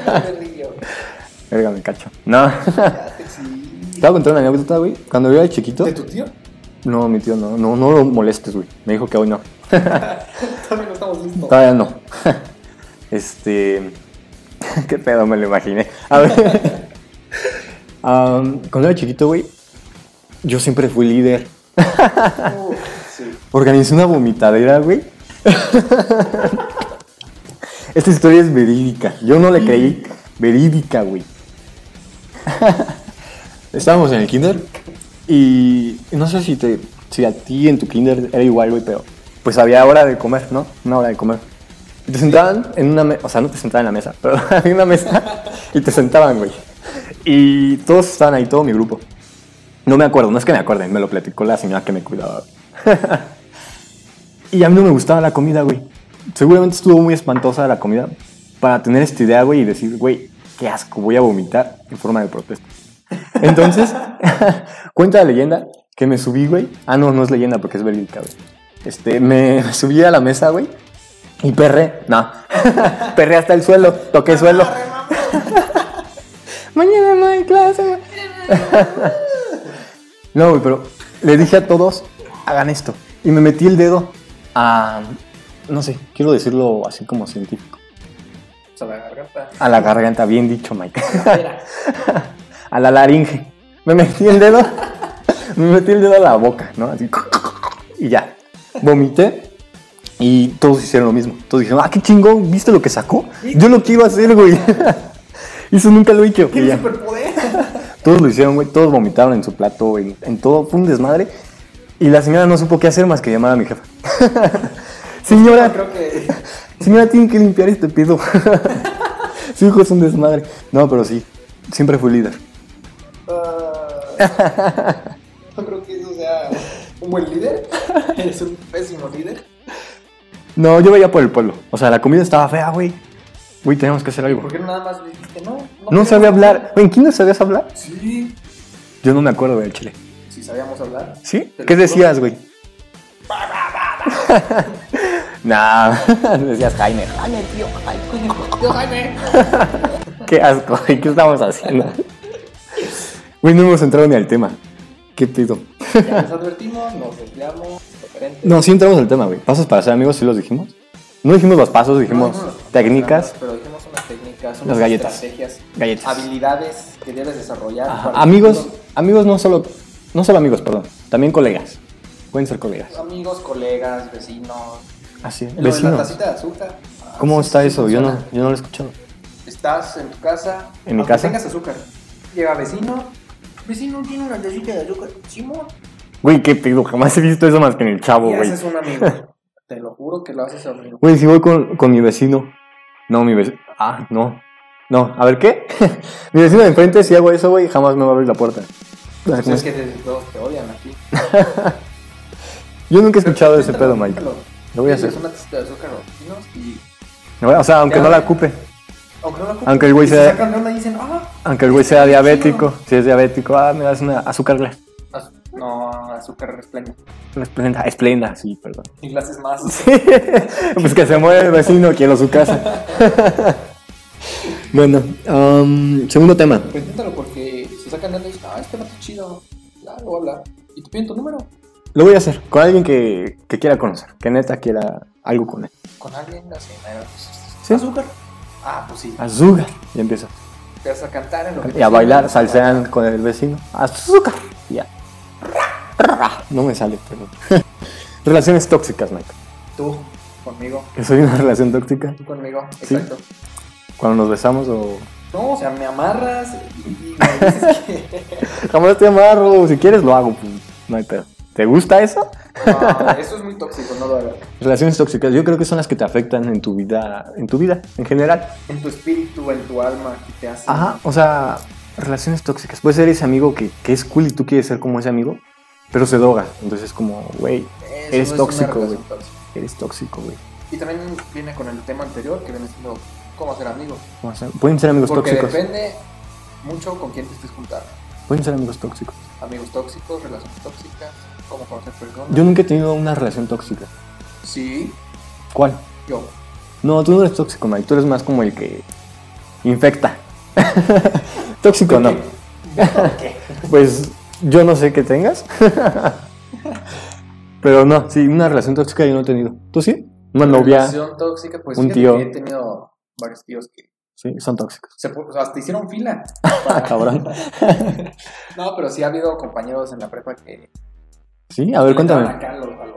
Speaker 2: Ah, qué río.
Speaker 1: Verga, me cacho. No. te
Speaker 2: Ya te exhibí.
Speaker 1: voy a contar una anécdota, güey. Cuando yo era chiquito.
Speaker 2: ¿De tu tío?
Speaker 1: No, mi tío, no. No, no lo molestes, güey. Me dijo que hoy no.
Speaker 2: Todavía no estamos listos.
Speaker 1: Todavía no. Este. Qué pedo, me lo imaginé. A ver. Am, cuando era chiquito, güey, yo siempre fui líder. Ah.
Speaker 2: Uh, sí.
Speaker 1: Organizé una vomitadera, güey. Esta historia es verídica. Yo no le creí. Verídica, güey. Estábamos en el kinder y no sé si te si a ti en tu kinder era igual, güey, pero pues había hora de comer, ¿no? Una hora de comer. Y te sentaban en una mesa, o sea, no te sentaban en la mesa, pero había una mesa y te sentaban, güey. Y todos estaban ahí, todo mi grupo. No me acuerdo, no es que me acuerden, me lo platicó la señora que me cuidaba. y a mí no me gustaba la comida, güey. Seguramente estuvo muy espantosa la comida para tener esta idea, güey, y decir, güey, qué asco, voy a vomitar en forma de protesta. Entonces, cuenta la leyenda que me subí, güey. Ah, no, no es leyenda porque es verídica, güey. Este, me, me subí a la mesa, güey, y perré. No, perré hasta el suelo, toqué el suelo. Mañana no hay clase, güey. No, güey, pero le dije a todos, hagan esto. Y me metí el dedo a, no sé, quiero decirlo así como científico.
Speaker 2: Pues a la garganta.
Speaker 1: A la garganta, bien dicho, Mike.
Speaker 2: Espera.
Speaker 1: A la laringe. Me metí el dedo, me metí el dedo a la boca, ¿no? Así. Y ya. Vomité y todos hicieron lo mismo. Todos dijeron, ah, qué chingón, ¿viste lo que sacó? Yo lo quiero hacer, güey. Eso nunca lo he hecho. Y
Speaker 2: ¡Qué
Speaker 1: ya.
Speaker 2: superpoder!
Speaker 1: Todos lo hicieron, güey. Todos vomitaron en su plato, en, en todo. Fue un desmadre. Y la señora no supo qué hacer más que llamar a mi jefa. señora,
Speaker 2: Creo que
Speaker 1: señora, tienen que limpiar este pedo. su hijo es un desmadre. No, pero sí. Siempre fui líder.
Speaker 2: Ah, no creo que eso sea un buen líder. Eres un pésimo líder.
Speaker 1: No, yo veía por el pueblo. O sea, la comida estaba fea, güey. Güey, tenemos que hacer algo.
Speaker 2: ¿Por qué nada más le dijiste no? No,
Speaker 1: No sabía hablar. Güey, ¿En kinder sabías hablar?
Speaker 2: Sí.
Speaker 1: Yo no me acuerdo del chile.
Speaker 2: Si sabíamos hablar.
Speaker 1: ¿Sí?
Speaker 2: Te lo
Speaker 1: ¿Qué
Speaker 2: juro.
Speaker 1: decías, güey? nah, decías Jaime.
Speaker 2: Jaime, tío. Ay, coño. Tío Jaime.
Speaker 1: Qué asco, güey. ¿Qué estamos haciendo? Güey, no hemos entrado ni al tema. ¿Qué pido?
Speaker 2: Ya nos advertimos, nos desviamos. Diferente.
Speaker 1: No, sí entramos al tema, güey. Pasos para ser amigos, sí los dijimos. No dijimos los pasos, dijimos
Speaker 2: No, no, no.
Speaker 1: técnicas.
Speaker 2: Pero dijimos unas técnicas, unas
Speaker 1: Las galletas.
Speaker 2: estrategias,
Speaker 1: Galletas.
Speaker 2: habilidades que debes desarrollar.
Speaker 1: Ajá,
Speaker 2: para-
Speaker 1: Amigos, amigos no solo, no solo amigos, perdón. También colegas. Pueden ser colegas.
Speaker 2: Amigos, colegas, vecinos.
Speaker 1: Así,
Speaker 2: Lo de Ah, la
Speaker 1: vecinos.
Speaker 2: tacita de azúcar. Ah,
Speaker 1: ¿Cómo
Speaker 2: sí,
Speaker 1: está
Speaker 2: sí
Speaker 1: eso? Yo no,
Speaker 2: funciona.
Speaker 1: yo no lo he escuchado.
Speaker 2: Estás en tu casa.
Speaker 1: ¿En mi
Speaker 2: aunque
Speaker 1: casa?
Speaker 2: tengas azúcar. Llega vecino. Vecino tiene una tacita de azúcar. Simón.
Speaker 1: Güey, qué pedo, jamás he visto eso más que en el chavo,
Speaker 2: Y
Speaker 1: güey.
Speaker 2: haces un amigo. Te lo juro que lo haces amigo.
Speaker 1: Güey, si voy con, con mi vecino. No, mi vecino. Ah, no. No, a ver, ¿qué? mi vecino de enfrente, si hago eso, güey, jamás me va a abrir la puerta.
Speaker 2: Pues es que te, todos te odian aquí.
Speaker 1: Yo nunca he escuchado
Speaker 2: Pero
Speaker 1: ese
Speaker 2: inténtalo,
Speaker 1: pedo, Mike.
Speaker 2: inténtalo.
Speaker 1: Lo voy a
Speaker 2: Sí,
Speaker 1: hacer.
Speaker 2: Es una tacita de azúcar a los vecinos y.
Speaker 1: O sea, aunque no la ocupe.
Speaker 2: Aunque no la ocupen,
Speaker 1: Aunque el güey
Speaker 2: y
Speaker 1: sea-
Speaker 2: Si sacan de onda y dicen, ah,
Speaker 1: Aunque el güey sea diabético. Si es diabético, ah, me das una azúcar glass.
Speaker 2: azúcar. No, azúcar resplenda.
Speaker 1: Esplenda, esplenda, sí, perdón.
Speaker 2: Y clases más.
Speaker 1: pues que se muere el vecino, quiero su casa. bueno, um, segundo tema.
Speaker 2: Pero inténtalo porque se sacan de y dicen, ah, este no está chido. Ya, lo voy a hablar. Y te piden tu número
Speaker 1: Lo voy a hacer con alguien que, que quiera conocer, que neta quiera algo con él.
Speaker 2: con alguien, así, mero.
Speaker 1: Sí.
Speaker 2: ¿Azúcar? Ah, pues sí.
Speaker 1: Azúcar. Y empieza.
Speaker 2: Te vas a cantar en lo que
Speaker 1: Y
Speaker 2: te
Speaker 1: a bailar,
Speaker 2: sirven.
Speaker 1: salsean con el vecino. Azúcar. Y Ya. No me sale, perdón. Relaciones tóxicas, Mike.
Speaker 2: Tú, conmigo,
Speaker 1: ¿Que soy una relación tóxica?
Speaker 2: tú conmigo,
Speaker 1: Sí.
Speaker 2: exacto.
Speaker 1: Cuando nos besamos o...
Speaker 2: No, o sea, me amarras y, y me dices que...
Speaker 1: Jamás te amarro, si quieres lo hago, pues no hay pedo. ¿Te gusta eso?
Speaker 2: No, eso es muy tóxico, no lo hagas.
Speaker 1: Relaciones tóxicas, yo creo que son las que te afectan en tu vida, en tu vida en general.
Speaker 2: En tu espíritu, en tu alma, que te hace...
Speaker 1: Ajá, o sea, relaciones tóxicas. Puede ser ese amigo que, que es cool y tú quieres ser como ese amigo, pero se droga. Entonces es como, güey,
Speaker 2: Eso
Speaker 1: eres
Speaker 2: es una
Speaker 1: tóxico,
Speaker 2: relación
Speaker 1: güey.
Speaker 2: tóxica.
Speaker 1: eres tóxico, güey.
Speaker 2: Y también viene con el tema anterior, que viene siendo cómo hacer amigos.
Speaker 1: O sea, pueden ser amigos
Speaker 2: Porque
Speaker 1: tóxicos.
Speaker 2: depende mucho con quién te estés juntando.
Speaker 1: Pueden ser amigos tóxicos.
Speaker 2: Amigos tóxicos, relaciones tóxicas, cómo conocer personas.
Speaker 1: Yo nunca he tenido una relación tóxica.
Speaker 2: Sí,
Speaker 1: ¿Cuál?
Speaker 2: yo.
Speaker 1: No, tú no eres tóxico, Mike. Tú eres más como el que infecta. tóxico, no.
Speaker 2: ¿Qué?
Speaker 1: Pues yo no sé qué tengas. Pero no, sí, una relación tóxica yo no he tenido. ¿Tú sí? Una novia.
Speaker 2: Relación tóxica, pues
Speaker 1: un
Speaker 2: fíjate
Speaker 1: tío.
Speaker 2: que he tenido varios tíos que
Speaker 1: Sí, son tóxicos.
Speaker 2: se, pu- o sea, hasta hicieron fila.
Speaker 1: Ah, cabrón.
Speaker 2: No, pero sí ha habido compañeros en la prepa que...
Speaker 1: Sí, a ver, cuéntame.
Speaker 2: Acá a lo, a lo-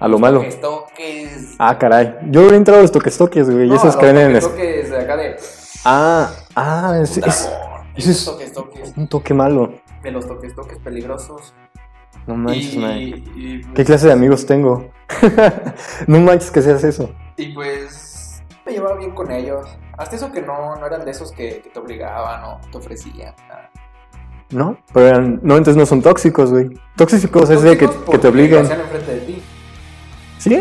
Speaker 1: A lo malo.
Speaker 2: Estoques.
Speaker 1: Ah, caray. Yo hubiera entrado a los toques-toques, güey. Ah, Y
Speaker 2: No, a
Speaker 1: esos
Speaker 2: lo
Speaker 1: creen en
Speaker 2: que
Speaker 1: eso.
Speaker 2: toques de acá de...
Speaker 1: Ah, ah, es, es eso es-
Speaker 2: toques, toques.
Speaker 1: un toque malo.
Speaker 2: De los toques, toques peligrosos.
Speaker 1: No manches,
Speaker 2: y, pues,
Speaker 1: Mike.
Speaker 2: y-
Speaker 1: ¿Qué clase de amigos tengo? no manches que seas eso.
Speaker 2: y pues me llevaba bien con ellos. Hasta eso que no, no eran de esos que, que te obligaban o te ofrecían. nada.
Speaker 1: ¿No? Pero eran- no, entonces no son tóxicos, güey. Tóxicos Pues es de que,
Speaker 2: Tóxicos
Speaker 1: que
Speaker 2: porque
Speaker 1: te
Speaker 2: lo
Speaker 1: obliguen.
Speaker 2: hacían enfrente de ti.
Speaker 1: ¿Sí?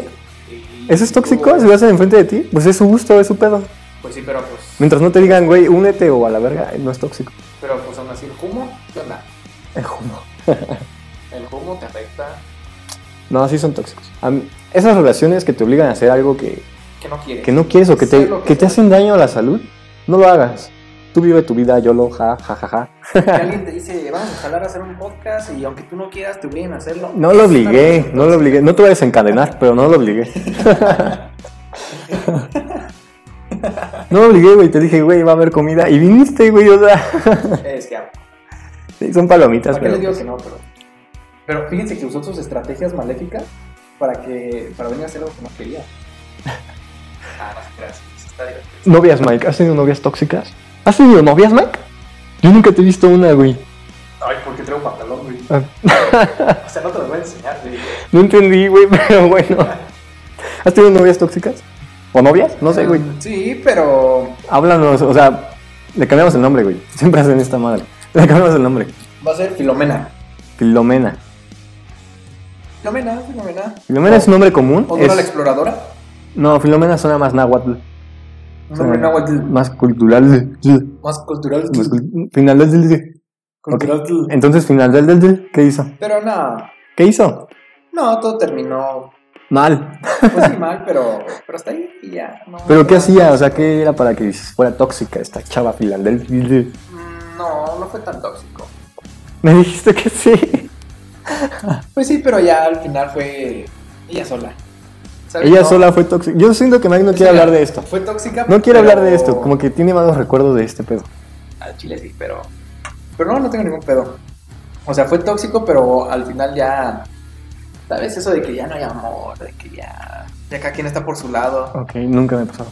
Speaker 2: Y-
Speaker 1: ¿Eso es tóxico?
Speaker 2: y-
Speaker 1: ¿Si lo hacen enfrente de ti? Pues es su gusto, es su pedo.
Speaker 2: Pues sí, pero pues,
Speaker 1: Mientras no te digan, güey, únete o a la verga, no es tóxico.
Speaker 2: pero pues aún así el humo, ¿qué onda?
Speaker 1: Eh, no.
Speaker 2: El humo te afecta,
Speaker 1: No, sí son tóxicos. A mí- esas relaciones que te obligan a hacer algo que,
Speaker 2: que no quieres.
Speaker 1: que no quieres o que te,
Speaker 2: Sé lo que
Speaker 1: que te
Speaker 2: soy.
Speaker 1: hacen daño a la salud, no lo hagas. Tú vive tu vida, yo lo, ja, ja, ja, ja.
Speaker 2: Que alguien te dice, vamos a jalar a hacer un podcast y aunque tú no quieras, te obliguen a hacerlo.
Speaker 1: No lo obligué, no lo obligué. No te voy a desencadenar, pero no lo obligué. No lo obligué, güey. Te dije, güey, va a haber comida. Y viniste, güey. O sea,
Speaker 2: Es que, ah, ¿para
Speaker 1: sí, son palomitas,
Speaker 2: qué
Speaker 1: pero.
Speaker 2: les digo
Speaker 1: pues,
Speaker 2: que no? Pero, pero fíjense que usó sus estrategias maléficas para que para venir a hacer algo que no quería. ah, no, gracias, está divertido.
Speaker 1: Novias, Mike. ¿Has tenido novias tóxicas? ¿Has tenido novias, Mike? Yo nunca te he visto una, güey.
Speaker 2: Ay, ¿por qué traigo pantalón, güey?
Speaker 1: Ah,
Speaker 2: O sea, no te los voy a enseñar, güey.
Speaker 1: No entendí, güey, pero bueno. ¿Has tenido novias tóxicas? ¿O novias? No
Speaker 2: Ah.
Speaker 1: sé, güey.
Speaker 2: Sí, pero
Speaker 1: Háblanos, o sea, le cambiamos el nombre, güey. Siempre hacen esta madre. Le cambiamos el nombre.
Speaker 2: va a ser Filomena.
Speaker 1: Filomena.
Speaker 2: Filomena, Filomena.
Speaker 1: Filomena es un nombre común.
Speaker 2: ¿O
Speaker 1: es-
Speaker 2: Dora la exploradora?
Speaker 1: No, Filomena suena más náhuatl.
Speaker 2: Un nombre
Speaker 1: Suena
Speaker 2: náhuatl
Speaker 1: Más cultural.
Speaker 2: más cultural.
Speaker 1: Más cul- Final.
Speaker 2: cultural.
Speaker 1: Entonces, final. ¿Qué hizo?
Speaker 2: Pero no,
Speaker 1: ¿Qué hizo?
Speaker 2: no, todo terminó
Speaker 1: Mal.
Speaker 2: pues sí mal, pero, pero hasta ahí y ya. no,
Speaker 1: ¿Pero qué
Speaker 2: no,
Speaker 1: hacía? O sea, ¿qué era para que fuera tóxica esta chava Finlandel?
Speaker 2: mm, No, no fue tan tóxico.
Speaker 1: Me dijiste que sí.
Speaker 2: Pues sí, pero ya al final fue ella sola. ¿Sabes?
Speaker 1: Ella
Speaker 2: No,
Speaker 1: sola fue tóxica. Yo siento que Mike no
Speaker 2: pues
Speaker 1: quiere
Speaker 2: mira,
Speaker 1: hablar de esto.
Speaker 2: Fue tóxica.
Speaker 1: No quiere
Speaker 2: pero-
Speaker 1: hablar de esto. Como que tiene malos recuerdos de este pedo.
Speaker 2: Al chile sí, pero. Pero no, no tengo ningún pedo. O sea, fue tóxico, pero al final ya. ¿Sabes? Eso de que ya no hay amor, de que ya. Ya cada quien está por su lado.
Speaker 1: Ok, nunca me pasó.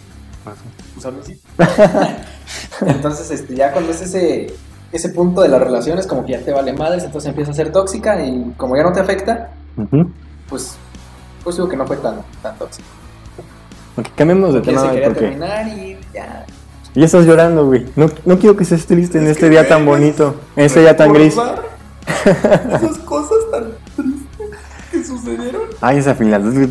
Speaker 2: pues, a mí sí. entonces, este, ya cuando es ese, ese punto de las relaciones, como que ya te vale madres, entonces empieza a ser tóxica y como ya no te afecta,
Speaker 1: Ujú.
Speaker 2: pues. Pues digo que no fue tan, tan tóxico.
Speaker 1: Ok, cambiemos de
Speaker 2: Que
Speaker 1: tema
Speaker 2: se
Speaker 1: Mike,
Speaker 2: quería
Speaker 1: porque.
Speaker 2: terminar y ya.
Speaker 1: Ya estás llorando, güey. No, no quiero que estés triste en
Speaker 2: Es
Speaker 1: este
Speaker 2: que
Speaker 1: día
Speaker 2: me
Speaker 1: tan
Speaker 2: ves
Speaker 1: bonito. En este día tan gris.
Speaker 2: Recordar Esas cosas tan tristes que sucedieron
Speaker 1: Ay, esa Finlandel.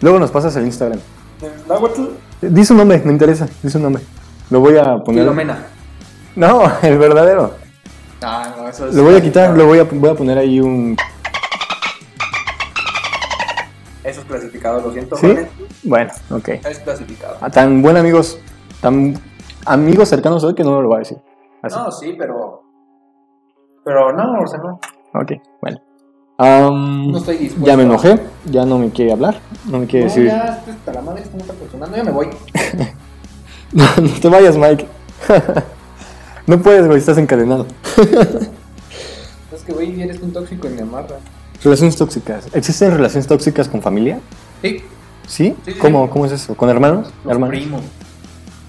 Speaker 1: Luego nos pasas el Instagram.
Speaker 2: en Nahuatl.
Speaker 1: Di su nombre, me interesa. Di su nombre. Lo voy a poner.
Speaker 2: Filomena.
Speaker 1: No, el verdadero.
Speaker 2: Ah, no, eso es.
Speaker 1: Lo voy a quitar, lo voy a, voy a poner ahí un...
Speaker 2: Eso es clasificado, lo siento.
Speaker 1: ¿Sí?
Speaker 2: ¿vale?
Speaker 1: Bueno, ok.
Speaker 2: Es clasificado.
Speaker 1: Ah, Tan buen amigos, tan amigos cercanos hoy que no me lo va a decir. Así.
Speaker 2: No, sí, pero. Pero no, o sea, no.
Speaker 1: Ok, bueno. Am,
Speaker 2: No estoy dispuesto.
Speaker 1: ya me enojé, ya no me quiere hablar, no me
Speaker 2: No,
Speaker 1: quiere decir...
Speaker 2: ya, esto está la madre, esto no está funcionando. Ya me voy.
Speaker 1: No, no te vayas, Mike. no puedes, güey, estás encadenado.
Speaker 2: Es que, güey, eres un tóxico y me amarra.
Speaker 1: Relaciones tóxicas. ¿Existen relaciones tóxicas con familia?
Speaker 2: Sí,
Speaker 1: ¿Sí?
Speaker 2: Sí, sí,
Speaker 1: ¿Cómo,
Speaker 2: sí.
Speaker 1: ¿Cómo es eso? ¿Con hermanos?
Speaker 2: los
Speaker 1: hermanos.
Speaker 2: primos.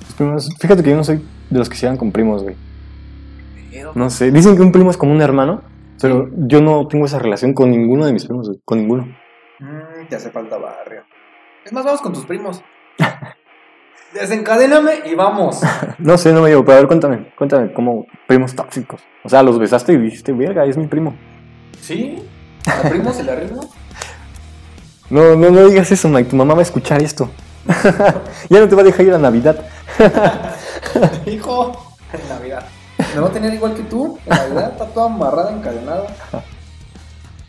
Speaker 1: Los primos. Fíjate que yo no soy de los que se llevan con primos, güey.
Speaker 2: Pero-
Speaker 1: No sé. Dicen que un primo es como un hermano, pero yo no tengo esa relación con ninguno de mis primos, güey. Con ninguno.
Speaker 2: Mm, te hace falta barrio. Es más, vamos con tus primos. Desencadéname y vamos.
Speaker 1: No sé, no me llevo. Pero a ver, cuéntame. Cuéntame cómo primos tóxicos. O sea, los besaste y dijiste, verga, es mi primo.
Speaker 2: ¿Sí? ¿Al primo se le arrima?
Speaker 1: No, no, no digas eso, Mike. Tu mamá va a escuchar esto. ya no te va a dejar ir a Navidad.
Speaker 2: Hijo, en Navidad. Me va a tener igual que tú. En Navidad está toda amarrada, encadenada.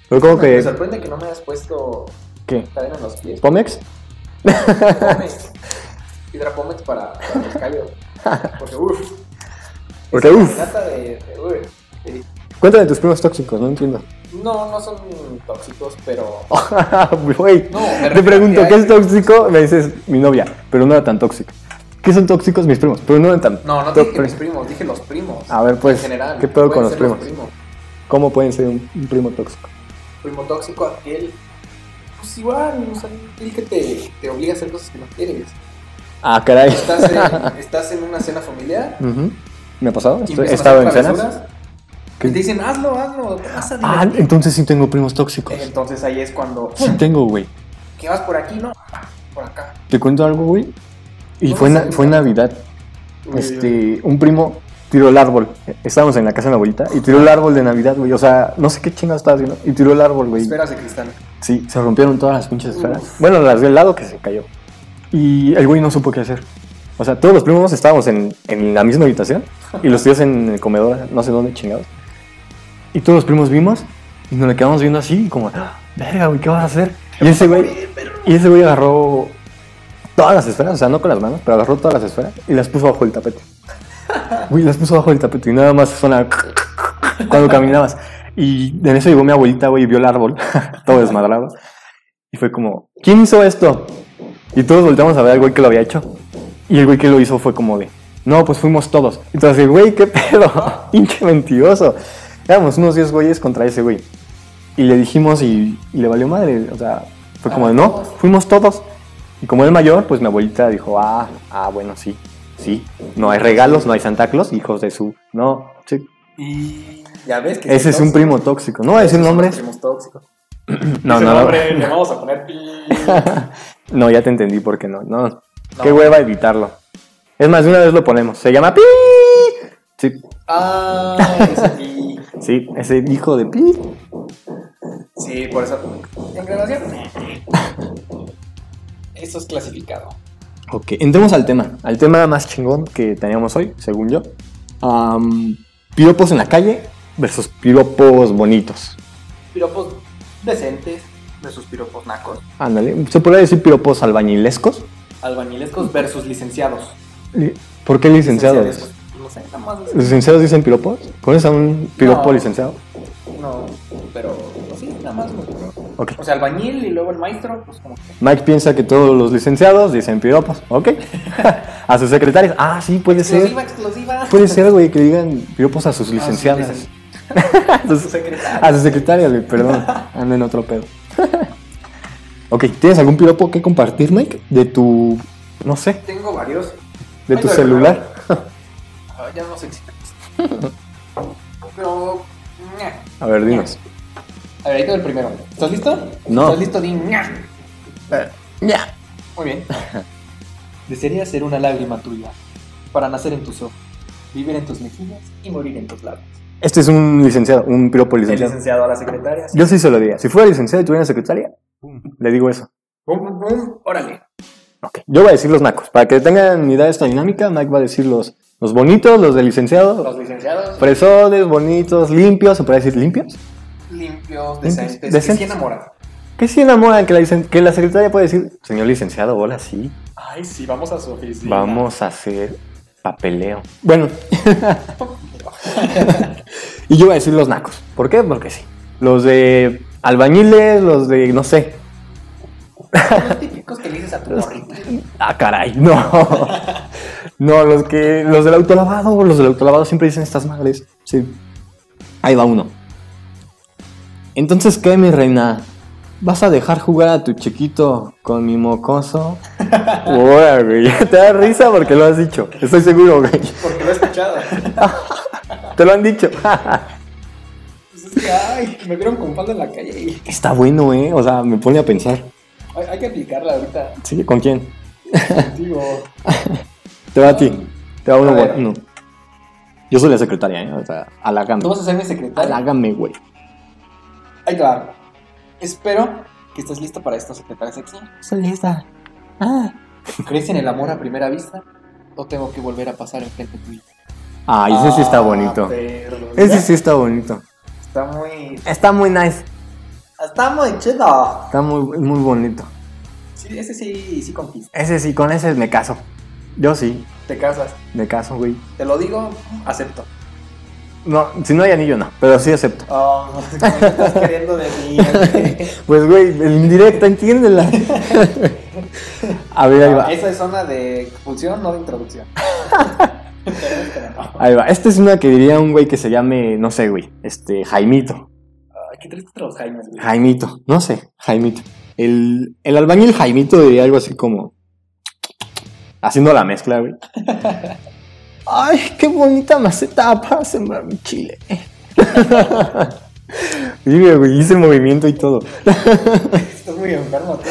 Speaker 1: Pero como
Speaker 2: Me
Speaker 1: que...
Speaker 2: sorprende que no me hayas puesto
Speaker 1: ¿Qué?
Speaker 2: cadena en los pies.
Speaker 1: ¿Pomex?
Speaker 2: Pómex. Piedra Pómex para, para los callos. Porque, uff.
Speaker 1: Porque, uff.
Speaker 2: Nata de. de- uy, sí.
Speaker 1: Cuéntame de tus primos tóxicos, no entiendo.
Speaker 2: No, no son tóxicos, pero.
Speaker 1: Güey,
Speaker 2: No, me refiero
Speaker 1: Oh, te
Speaker 2: a
Speaker 1: pregunto,
Speaker 2: que
Speaker 1: ¿qué
Speaker 2: hay-
Speaker 1: es tóxico? Me dices, mi novia, pero no era tan tóxica. ¿Qué son tóxicos mis primos? Pero no eran tan...
Speaker 2: No, no
Speaker 1: tó-
Speaker 2: dije mis primos, dije los primos.
Speaker 1: A ver,
Speaker 2: en
Speaker 1: pues,
Speaker 2: general.
Speaker 1: ¿qué pedo con
Speaker 2: pueden
Speaker 1: los
Speaker 2: ser
Speaker 1: primos? ¿Cómo pueden ser un, un primo tóxico?
Speaker 2: Primo tóxico, aquel. Pues igual, o sea, aquel que te, te obliga a hacer cosas que no quieres.
Speaker 1: Ah, caray.
Speaker 2: Estás en, estás en una cena familiar
Speaker 1: Ujú. ¿Me ha pasado?
Speaker 2: y
Speaker 1: Estoy-
Speaker 2: empiezan
Speaker 1: he
Speaker 2: a
Speaker 1: estado en
Speaker 2: hacer
Speaker 1: cenas.
Speaker 2: travesuras
Speaker 1: ¿Qué?
Speaker 2: y te dicen, hazlo, hazlo, te vas a
Speaker 1: Ah,
Speaker 2: divertir.
Speaker 1: entonces sí tengo primos tóxicos.
Speaker 2: Entonces ahí es cuando,
Speaker 1: Sí tengo, güey.
Speaker 2: que vas por aquí, no, por acá.
Speaker 1: Te cuento algo, güey. Y
Speaker 2: No
Speaker 1: fue,
Speaker 2: sé,
Speaker 1: na-
Speaker 2: güey.
Speaker 1: fue en Navidad. Este, un primo tiró el árbol. Estábamos en la casa de la abuelita y tiró el árbol de Navidad, güey. O sea, no sé qué chingados estaba haciendo. Y tiró el árbol, güey.
Speaker 2: Esferas de cristal.
Speaker 1: Sí, se rompieron todas las pinches esferas.
Speaker 2: Uf.
Speaker 1: Bueno, las del lado que se cayó. Y el güey no supo qué hacer. O sea, todos los primos estábamos en, en la misma habitación y los tíos en el comedor, no sé dónde chingados. Y todos los primos vimos y nos le quedamos viendo así, como, "Ah, verga, güey, ¿qué vas a hacer? Y ese güey, y ese güey agarró todas las esferas, o sea, no con las manos, pero agarró todas las esferas y las puso bajo el tapete. Güey, las puso bajo el tapete y nada más sonaba cuando caminabas. Y en eso llegó mi abuelita, güey, y vio el árbol, todo desmadrado. Y fue como, ¿quién hizo esto? Y todos volteamos a ver al güey que lo había hecho. Y el güey que lo hizo fue como de, no, pues fuimos todos. Entonces, güey, qué pedo, pinche mentiroso. Éramos unos 10 güeyes contra ese güey. Y le dijimos y, y le valió madre. O sea, fue como de, no, fuimos todos. Y como el mayor, pues mi abuelita dijo, ah, ah, bueno, sí, sí. No hay regalos, no hay Santa Claus, hijos de su... No, sí,
Speaker 2: Y ya ves que...
Speaker 1: ese es un primo tóxico. No voy a decir nombres.
Speaker 2: Primos tóxicos.
Speaker 1: No,
Speaker 2: Ese
Speaker 1: no, no.
Speaker 2: nombre le vamos a poner pi-
Speaker 1: No, ya te entendí por qué no. No,
Speaker 2: No.
Speaker 1: qué hueva evitarlo. Es más, de una vez lo ponemos. Se llama Pi. Sí,
Speaker 2: Ah, ese pi.
Speaker 1: sí, ese hijo de Pi.
Speaker 2: Sí, por eso. En relación. Eso es clasificado.
Speaker 1: Ok, entremos al tema. Al tema más chingón que teníamos hoy, según yo. Am, piropos en la calle versus piropos bonitos.
Speaker 2: Piropos decentes versus piropos nacos.
Speaker 1: Ándale, ¿se podría decir piropos albañilescos?
Speaker 2: Albañilescos versus licenciados.
Speaker 1: Li- ¿Por qué licenciados?
Speaker 2: Licenciadescos. No sé, nada más.
Speaker 1: ¿Licenciados dicen piropos? ¿Conoces a un piropo
Speaker 2: No.
Speaker 1: licenciado?
Speaker 2: No, pero sí, nada más. güey, pero-
Speaker 1: Ok.
Speaker 2: O sea, albañil y luego el maestro, pues como que.
Speaker 1: Mike piensa que todos los licenciados dicen piropos, ¿ok? a sus secretarias, ah, sí, puede ser.
Speaker 2: Exclusiva, exclusiva.
Speaker 1: Puede ser, güey, que digan piropos a sus
Speaker 2: Ah, sí,
Speaker 1: licenciadas.
Speaker 2: licen-
Speaker 1: A sus,
Speaker 2: secretario.
Speaker 1: a sus secretarias, güey, perdón. Ando en otro pedo. ok, ¿tienes algún piropo que compartir, Mike? De tu, no sé,
Speaker 2: Tengo varios.
Speaker 1: de
Speaker 2: Ahí
Speaker 1: tu
Speaker 2: lo
Speaker 1: celular.
Speaker 2: Ah, ya no sé si. Pero. ña.
Speaker 1: A ver, dinos.
Speaker 2: A ver, ahí te doy el primero. ¿Estás listo?
Speaker 1: No.
Speaker 2: ¿Estás listo? Di. ña.
Speaker 1: Ya.
Speaker 2: Muy bien. Desearía ser una lágrima tuya, para nacer en tus ojos, vivir en tus mejillas y morir en tus labios.
Speaker 1: Este es un licenciado, un piropo
Speaker 2: El
Speaker 1: licenciado.
Speaker 2: licenciado a la secretaria. sí.
Speaker 1: Yo sí se lo diría. Si fuera licenciado y tuviera una secretaria, le digo eso.
Speaker 2: Bum, bum, bum, Órale.
Speaker 1: Ok, Yo voy a decir los nacos. Para que tengan idea de esta dinámica, Mike va a decir los Los bonitos, los de licenciado.
Speaker 2: Los licenciados
Speaker 1: Fresones, bonitos, limpios, se puede decir limpios.
Speaker 2: limpios,
Speaker 1: Limpios,
Speaker 2: decentes, que
Speaker 1: decentes.
Speaker 2: sí enamoran.
Speaker 1: Que sí enamoran, que la, licen- que la secretaria puede decir, señor licenciado, hola, sí,
Speaker 2: Ay, sí, vamos a su oficina.
Speaker 1: vamos a hacer papeleo. Bueno. y yo voy a decir los nacos. ¿Por qué? Porque sí. Los de albañiles, los de, no sé.
Speaker 2: Los típicos que le dices a tu morrita.
Speaker 1: Ah, caray, no. no, los que, los del autolavado, los del autolavado siempre dicen estas madres. Sí. Ahí va uno. Entonces, ¿qué, mi reina? ¿Vas a dejar jugar a tu chiquito con mi mocoso? Ora, güey. Te da risa porque lo has dicho. Estoy seguro, güey.
Speaker 2: Porque lo he escuchado.
Speaker 1: Te lo han dicho.
Speaker 2: Pues es que, ay, me vieron con falda en la calle y
Speaker 1: Está bueno, ¿eh? O sea, me pone a pensar.
Speaker 2: hay, hay que aplicarla ahorita.
Speaker 1: ¿Sí? ¿Con quién?
Speaker 2: Digo,
Speaker 1: Te va a ti. Te va uno,
Speaker 2: A ver.
Speaker 1: uno. Yo soy la secretaria, ¿eh? O sea, alágame.
Speaker 2: tú vas a ser mi secretario.
Speaker 1: Alágame, güey.
Speaker 2: Ahí te va. Espero que estés listo para esto, secretaria sexy.
Speaker 1: Soy lista. Ah.
Speaker 2: ¿Crees en el amor a primera vista? ¿O tengo que volver a pasar enfrente tuyo?
Speaker 1: Ay, Ah, ese sí está bonito.
Speaker 2: Ah, perro,
Speaker 1: Ese sí está bonito.
Speaker 2: Está muy.
Speaker 1: Está muy nice.
Speaker 2: Está muy chido.
Speaker 1: Está muy, muy bonito.
Speaker 2: Sí, ese sí, sí conquista.
Speaker 1: Ese sí, con ese me caso. Yo sí,
Speaker 2: Te casas.
Speaker 1: me caso, güey.
Speaker 2: Te lo digo, acepto.
Speaker 1: No, si no hay anillo, no. Pero sí acepto.
Speaker 2: Oh, ¿qué estás queriendo de mí?
Speaker 1: Pues, güey, el indirecta, entiéndela. Ah, A ver, ahí va.
Speaker 2: Esa es zona de expulsión, no de introducción. Pero no.
Speaker 1: Ahí va. Esta es una que diría un güey que se llame, no sé, güey. Este, Jaimito.
Speaker 2: Ay, Qué triste los Jaimes, güey.
Speaker 1: Jaimito. No sé, Jaimito. El, el albañil Jaimito diría algo así como. Haciendo la mezcla, güey. Ay, qué bonita maceta para sembrar mi chile. Dime, güey, hice el movimiento y todo.
Speaker 2: Estás muy enfermo, tú.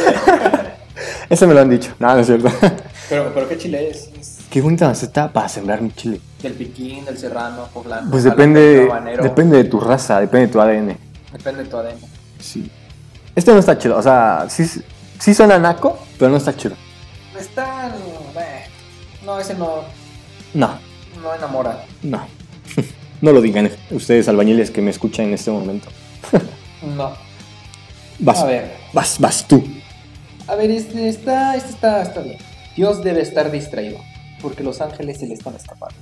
Speaker 1: Eso me lo han dicho. Nada, no es cierto.
Speaker 2: Pero, pero ¿qué chile es? ¿Es
Speaker 1: Qué bonita maceta para sembrar mi chile.
Speaker 2: del piquín, del serrano, poblano?
Speaker 1: Pues
Speaker 2: jalapeño,
Speaker 1: depende,
Speaker 2: habanero?
Speaker 1: depende de tu raza, depende de tu ADN.
Speaker 2: Depende de tu ADN.
Speaker 1: Sí. Este no está chido. O sea, sí, sí suena naco, pero no está chido.
Speaker 2: Está... eh, No, ese no,
Speaker 1: No,
Speaker 2: no enamora.
Speaker 1: No. No lo digan ustedes albañiles que me escuchan en este momento.
Speaker 2: No.
Speaker 1: Vas,
Speaker 2: A ver.
Speaker 1: vas, vas tú.
Speaker 2: A ver, este está, este está, está bien. Dios debe estar distraído, porque los ángeles se le están escapando.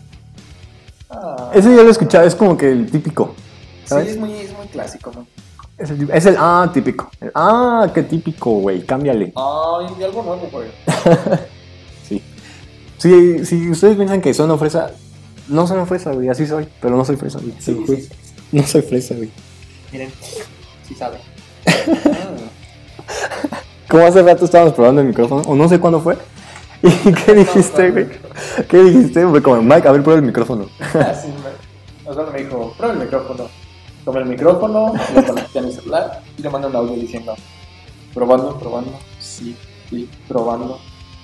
Speaker 2: Ah,
Speaker 1: Ese ya lo he escuchado, es como que el típico.
Speaker 2: sí,
Speaker 1: ¿sabes?
Speaker 2: es muy, es muy clásico. ¿no?
Speaker 1: Es el, es el, ah típico. El, ah, qué típico, güey, cámbiale.
Speaker 2: Ay, de algo nuevo, güey.
Speaker 1: Sí. Si, si ustedes piensan que son fresa, no son fresa, güey, así soy, pero no soy fresa, güey. te
Speaker 2: Sí,
Speaker 1: lo juro.
Speaker 2: sí, sí.
Speaker 1: No soy fresa, güey.
Speaker 2: Miren, sí sabe. Mm.
Speaker 1: Como hace rato estábamos probando el micrófono, o no sé cuándo fue. ¿Y qué dijiste, güey? ¿Qué dijiste? Fue como, Mike, a ver, prueba el micrófono.
Speaker 2: Así Ah, me, Osvaldo me dijo, prueba el micrófono. Tomé el micrófono, lo conecté a mi celular y le mandé un audio diciendo, probando, probando, sí, sí, probando.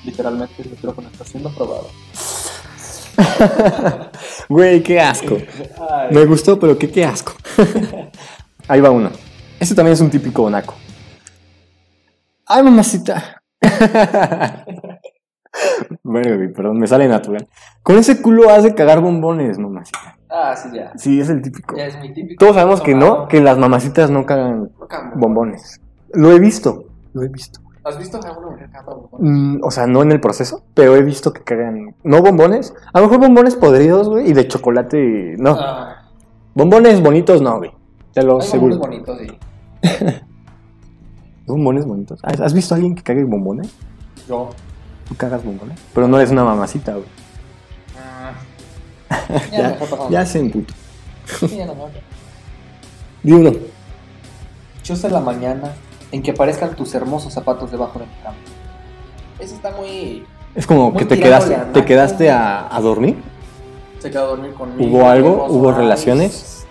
Speaker 2: Literalmente el micrófono está siendo probado.
Speaker 1: Güey, qué asco.
Speaker 2: Ay,
Speaker 1: Me gustó, pero qué, qué asco. Ahí va uno. Este también es un típico naco. Ay, mamacita. bueno, güey, perdón, me sale natural. Con ese culo has de cagar bombones, mamacita.
Speaker 2: Ah, sí, ya.
Speaker 1: Sí, es el típico.
Speaker 2: Ya es muy típico.
Speaker 1: Todos sabemos que no,
Speaker 2: Sonado.
Speaker 1: que las mamacitas no cagan
Speaker 2: Cambo.
Speaker 1: bombones. Lo he visto, lo he visto.
Speaker 2: ¿Has visto a una mujer cagando bombón?
Speaker 1: Mm, o sea, no en el proceso, pero he visto que cagan. No bombones. A lo mejor bombones podridos, güey, y de chocolate. No.
Speaker 2: Ah,
Speaker 1: Bombones bonitos, no, güey. Te lo
Speaker 2: hay bombones
Speaker 1: aseguro.
Speaker 2: bonitos, sí.
Speaker 1: Bombones bonitos. ¿Has has visto a alguien que cague bombones?
Speaker 2: Yo.
Speaker 1: Tú cagas bombones. Pero no eres una mamacita, güey.
Speaker 2: Ah.
Speaker 1: Ya,
Speaker 2: mejor pasamos.
Speaker 1: ya se emputó.
Speaker 2: Sí, ya no, no.
Speaker 1: Di uno.
Speaker 2: Yo sé la mañana en que aparezcan tus hermosos zapatos debajo de mi cama. Eso está muy...
Speaker 1: Es como
Speaker 2: Muy
Speaker 1: que te
Speaker 2: tirándole
Speaker 1: quedaste,
Speaker 2: a
Speaker 1: te
Speaker 2: naco.
Speaker 1: quedaste a, a dormir.
Speaker 2: Se quedó a dormir conmigo.
Speaker 1: ¿Hubo algo?
Speaker 2: hermoso.
Speaker 1: ¿Hubo
Speaker 2: Ay,
Speaker 1: relaciones?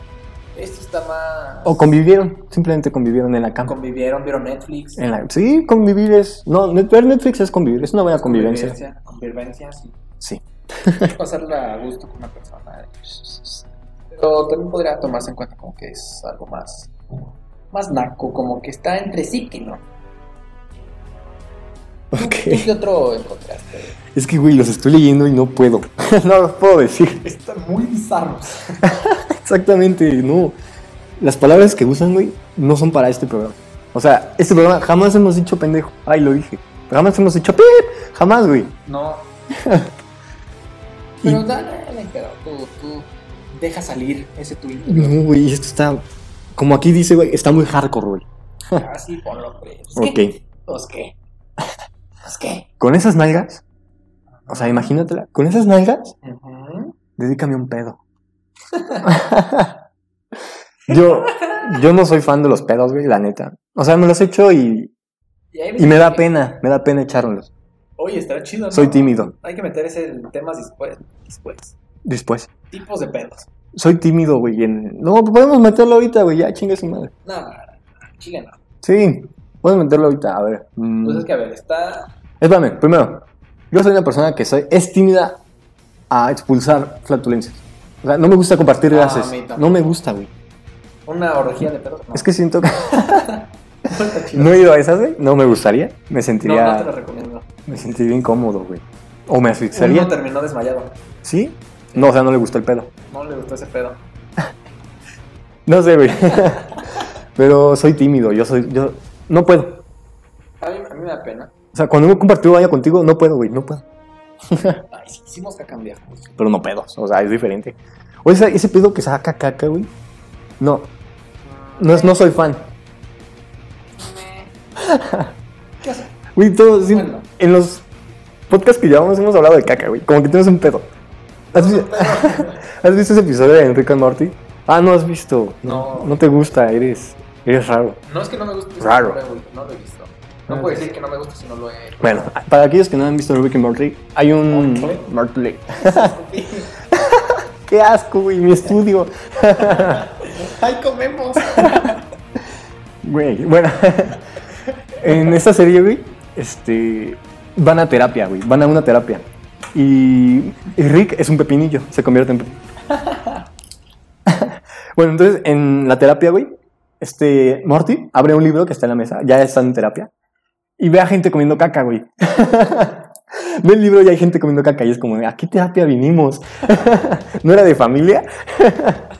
Speaker 2: Esto está más...
Speaker 1: O convivieron. Simplemente convivieron en la cama.
Speaker 2: Convivieron, vieron Netflix.
Speaker 1: En la- sí, convivir es. No, net- ver Netflix es convivir. Es una buena convivencia.
Speaker 2: Convivencia, convivencia, sí.
Speaker 1: Sí.
Speaker 2: Pasarla a gusto con una persona. pues, Pero también podría tomarse en cuenta como que es algo más... Más naco, como que está entre sí que no. ¿Tú
Speaker 1: Ok.
Speaker 2: qué otro este. encontraste?
Speaker 1: Es que, güey, los estoy leyendo y no puedo. no los puedo decir.
Speaker 2: Están muy bizarros.
Speaker 1: Exactamente, no. Las palabras que usan, güey, no son para este programa. O sea, este programa jamás hemos dicho pendejo. Ay, lo dije. Jamás hemos dicho pip. Jamás, güey.
Speaker 2: No.
Speaker 1: Y-
Speaker 2: Pero dale, dale, pero tú, tú deja salir ese tu interior.
Speaker 1: No, güey, esto está. Como aquí dice, güey, está muy hardcore, güey.
Speaker 2: Así ponlo, güey. Pues,
Speaker 1: Ok.
Speaker 2: ¿qué? Pues qué. Pues qué.
Speaker 1: Con esas nalgas. O sea, imagínatela. Con esas nalgas,
Speaker 2: Ujú.
Speaker 1: dedícame un pedo. yo, yo no soy fan de los pedos, güey, la neta. O sea, me los he hecho y,
Speaker 2: Ya he
Speaker 1: y me da
Speaker 2: visto que-
Speaker 1: pena, me da pena echármelos.
Speaker 2: Oye, estará chido, ¿no?
Speaker 1: Soy tímido,
Speaker 2: Hay que meter ese en temas después. después.
Speaker 1: después.
Speaker 2: Tipos de pedos.
Speaker 1: Soy tímido, güey. en- No, podemos meterlo ahorita, güey. Ya, chinga su madre.
Speaker 2: No, no, no, chile no.
Speaker 1: Sí, podemos meterlo ahorita. A ver. mm.
Speaker 2: Entonces, Pues que a ver, está.
Speaker 1: Espérame, primero. Yo soy una persona que soy, es tímida a expulsar flatulencias. O sea, no me gusta compartir
Speaker 2: Ah,
Speaker 1: gases.
Speaker 2: a mí tampoco.
Speaker 1: no me gusta, güey.
Speaker 2: Una orgía de pedos. No,
Speaker 1: Es que siento que
Speaker 2: está chido.
Speaker 1: no he ido a esas, güey. No me gustaría. Me
Speaker 2: No,
Speaker 1: sentiría,
Speaker 2: no te lo recomiendo.
Speaker 1: me sentiría incómodo, güey. O me asfixiaría.
Speaker 2: Uno terminó desmayado.
Speaker 1: ¿Sí? No, o sea, no le gustó el pedo.
Speaker 2: No le gustó ese pedo.
Speaker 1: No sé, güey. Pero soy tímido. Yo soy, yo no puedo.
Speaker 2: A mí, a mí me da pena.
Speaker 1: O sea, cuando he compartido baño contigo, no puedo, güey. No puedo.
Speaker 2: Ay, sí, hicimos caca en viejo.
Speaker 1: Pero no pedos. O sea, es diferente. O ese, ese pedo que saca caca, güey. No, no, es- no soy fan.
Speaker 2: ¿Qué hace?
Speaker 1: Güey, todos, sí,
Speaker 2: Bueno.
Speaker 1: en los podcasts que llevamos hemos hablado de caca, güey. Como que tienes un pedo. ¿Has, vi- ¿Has visto ese episodio de Enrique and Morty? Ah, no has visto. No.
Speaker 2: No.
Speaker 1: No te gusta, eres, eres raro.
Speaker 2: No es que no me guste. es que
Speaker 1: Raro.
Speaker 2: No, lo he- no lo he visto. No
Speaker 1: Ah.
Speaker 2: puedo decir que no me gusta si no lo he.
Speaker 1: Bueno, para aquellos que no han visto Enrique and Morty, hay un...
Speaker 2: Morty.
Speaker 1: Morty. ¡Qué asco, güey! Mi estudio.
Speaker 2: ¡Ay, comemos!
Speaker 1: Güey, bueno. en esta serie, güey, este, van a terapia, güey. Van a una terapia. Y, y Rick es un pepinillo, se convierte en... pe- bueno, entonces en la terapia, güey, este, Morty abre un libro que está en la mesa, ya está en terapia, y ve a gente comiendo caca, güey. ve el libro y hay gente comiendo caca y es como, ¿a qué terapia vinimos? ¿No era de familia?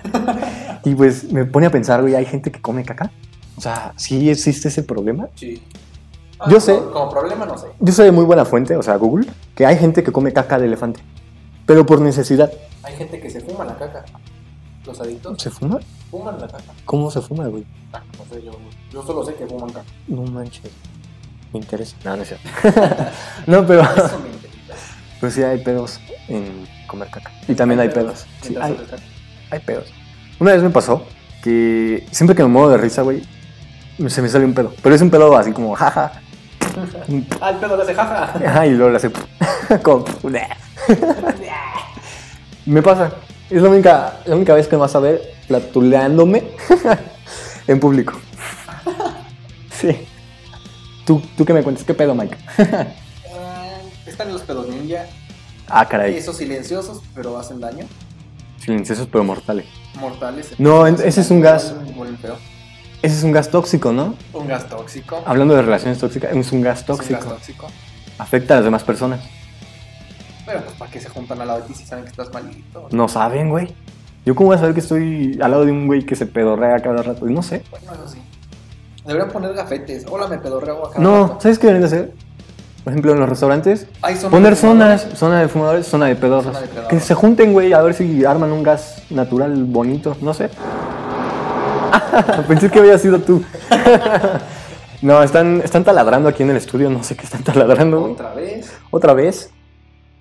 Speaker 1: y pues me pone a pensar, güey, ¿hay gente que come caca? O sea, ¿sí existe ese problema?
Speaker 2: Sí.
Speaker 1: Yo
Speaker 2: no,
Speaker 1: sé.
Speaker 2: Como problema, no sé.
Speaker 1: Yo sé de muy buena fuente, o sea, Google, que hay gente que come caca de elefante, pero por necesidad.
Speaker 2: Hay gente que se fuma la caca. Los adictos
Speaker 1: ¿Se fuma?
Speaker 2: fuman la caca.
Speaker 1: ¿Cómo se fuma, güey?
Speaker 2: Ah, No sé, yo, yo solo sé que fuman caca.
Speaker 1: No manches. Me interesa. No, no es cierto. no, pero,
Speaker 2: Eso me interesa.
Speaker 1: pero sí hay pedos en comer caca. Y también hay pedos. Sí,
Speaker 2: Mientras
Speaker 1: hay,
Speaker 2: haces caca.
Speaker 1: hay pedos. Una vez me pasó que siempre que me muevo de risa, güey, se me sale un pedo. Pero es un pedo así como, jaja.
Speaker 2: Ah, el pedo le hace jaja.
Speaker 1: Ajá, y luego le hace como, Me pasa. Es la única, la única vez que me vas a ver platuleándome en público. Sí. ¿Tú, ¿Tú qué me cuentas? ¿Qué pedo, Mike?
Speaker 2: Ah, Están los pedos ninja.
Speaker 1: Ah, caray.
Speaker 2: Esos silenciosos, pero hacen daño.
Speaker 1: Silenciosos pero mortales.
Speaker 2: Mortales.
Speaker 1: No, en- ese es un gas.
Speaker 2: Huelen feo.
Speaker 1: Ese es un gas tóxico, ¿no?
Speaker 2: Un gas tóxico.
Speaker 1: Hablando de relaciones tóxicas, es un gas
Speaker 2: Es un
Speaker 1: Ah, tóxico.
Speaker 2: gas tóxico.
Speaker 1: Afecta a las demás personas.
Speaker 2: Pero pues para que se juntan al lado de ti si saben que estás malito.
Speaker 1: No saben, güey. ¿Yo cómo voy a saber que estoy al lado de un güey que se pedorrea cada rato? No sé.
Speaker 2: Bueno, eso sí. Deberían poner gafetes. Hola, me pedorreo acá.
Speaker 1: No, ¿sabes qué deberían de hacer? Por ejemplo, en los restaurantes,
Speaker 2: Hay zonas
Speaker 1: Poner
Speaker 2: de fumadores.
Speaker 1: zonas, zona de fumadores, zona de pedorros.
Speaker 2: Zona de pedorros.
Speaker 1: Que se junten, güey, a ver si arman un gas natural bonito, no sé. Pensé que había sido tú. no, están, están taladrando aquí en el estudio, no sé qué están taladrando. güey.
Speaker 2: Otra vez.
Speaker 1: ¿Otra vez?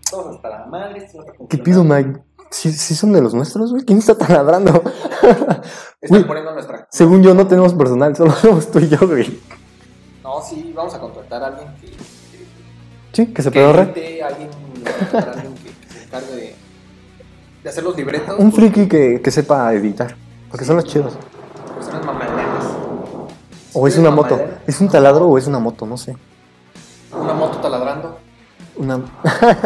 Speaker 2: Todos hasta la madre. esto no está
Speaker 1: ¿Qué
Speaker 2: funcionando.
Speaker 1: pido, Mike? ¿Sí, sí son de los nuestros, güey? ¿Quién está taladrando?
Speaker 2: Están
Speaker 1: Uy.
Speaker 2: poniendo nuestra.
Speaker 1: Según yo, no tenemos personal, solo somos tú y yo, güey.
Speaker 2: No, sí, vamos a contratar a alguien que. que-
Speaker 1: Sí, que se
Speaker 2: que
Speaker 1: pedorre.
Speaker 2: edite, alguien, contratar a alguien que, que se encargue de, de hacer los libretos.
Speaker 1: Un
Speaker 2: porque-
Speaker 1: friki que, que sepa editar, porque son los chidos.
Speaker 2: Personas mamaleras.
Speaker 1: O es
Speaker 2: Sí,
Speaker 1: una moto.
Speaker 2: mamadera.
Speaker 1: ¿Es un taladro o es una moto? No sé.
Speaker 2: Una moto taladrando.
Speaker 1: Una...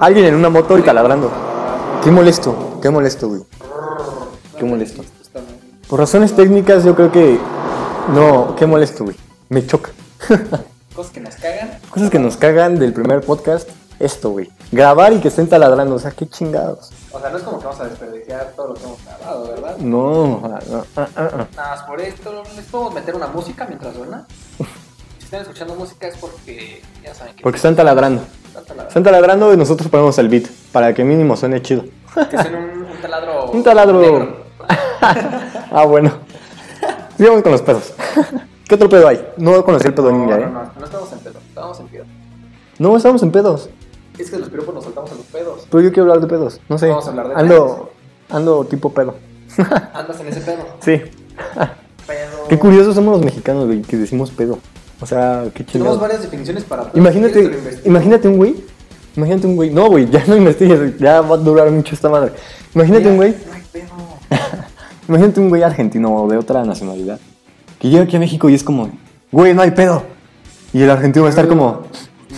Speaker 1: Alguien en una moto y taladrando.
Speaker 2: Ah,
Speaker 1: Qué molesto, qué molesto, güey. Qué molesto.
Speaker 2: Está muy-
Speaker 1: Por razones técnicas yo creo que... No, qué molesto, güey. Me choca.
Speaker 2: Cosas que nos cagan.
Speaker 1: Cosas que nos cagan del primer podcast, esto, güey. Grabar y que estén taladrando, o sea, qué chingados.
Speaker 2: O sea, no es como que vamos a desperdiciar todo lo que hemos grabado, ¿verdad?
Speaker 1: No, ah, no, ah, ah, ah.
Speaker 2: Nada más por esto, les podemos meter una música mientras suena. Si están escuchando música es porque ya saben que
Speaker 1: porque están taladrando.
Speaker 2: Está taladrando.
Speaker 1: Están taladrando y nosotros ponemos el beat para que mínimo suene chido.
Speaker 2: Que suene un, un taladro.
Speaker 1: Un taladro.
Speaker 2: negro.
Speaker 1: ah, bueno. Sigamos con los pedos. ¿Qué otro pedo hay? No conocí el pedo
Speaker 2: No,
Speaker 1: ninja,
Speaker 2: no,
Speaker 1: ¿eh?
Speaker 2: no, no estamos en pedo, estamos en pedo.
Speaker 1: No, estamos en pedos.
Speaker 2: Es que los piropos nos saltamos a los pedos.
Speaker 1: Pero yo quiero hablar de pedos. No sé.
Speaker 2: Vamos a hablar de
Speaker 1: ando, ando tipo pedo.
Speaker 2: Andas en ese pedo.
Speaker 1: Sí.
Speaker 2: Pedo.
Speaker 1: Qué curiosos somos los mexicanos, güey, que decimos pedo. O sea, qué
Speaker 2: Tenemos
Speaker 1: chido.
Speaker 2: varias definiciones para pedo. ¿Quieres que lo
Speaker 1: Imagínate,
Speaker 2: investigue?
Speaker 1: imagínate un güey. Imagínate un güey. No, güey, ya no investigues. Ya va a durar mucho esta madre. Imagínate
Speaker 2: Mira,
Speaker 1: un güey.
Speaker 2: No hay pedo.
Speaker 1: Imagínate un güey argentino o de otra nacionalidad que llega aquí a México y es como, güey, no hay pedo. Y el argentino va a estar como,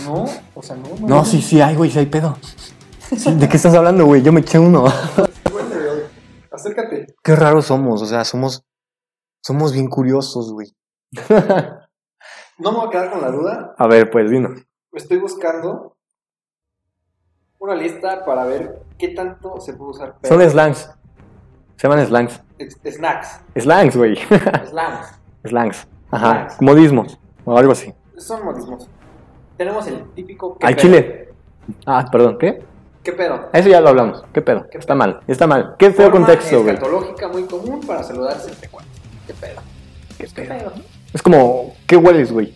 Speaker 2: No, o sea, no.
Speaker 1: no, sí, sí hay, güey, sí hay pedo. Sí, ¿De qué estás hablando, güey? Yo me eché uno.
Speaker 2: Bueno, güey, Acércate.
Speaker 1: qué raros somos, o sea, somos, somos bien curiosos, güey.
Speaker 2: No me voy a quedar con la duda.
Speaker 1: A ver, pues, dino.
Speaker 2: Estoy buscando una lista para ver qué tanto se puede usar pedo.
Speaker 1: Son slangs. Se llaman slangs.
Speaker 2: Es- Snacks.
Speaker 1: Slangs, güey.
Speaker 2: Slams.
Speaker 1: slangs. Ajá.
Speaker 2: Slangs.
Speaker 1: Modismos. O algo así.
Speaker 2: Son modismos. Tenemos el típico. ¿qué
Speaker 1: Al
Speaker 2: pedo?
Speaker 1: chile. Ah, perdón, ¿qué?
Speaker 2: ¿Qué pedo?
Speaker 1: Eso ya lo hablamos. ¿Qué pedo? Está mal. Está mal. Qué feo
Speaker 2: Forma
Speaker 1: contexto, güey.
Speaker 2: escatológica muy común para saludarse entre cuatro. ¿Qué pedo? Pues, ¿Qué pedo?
Speaker 1: Es como, ¿qué hueles, güey?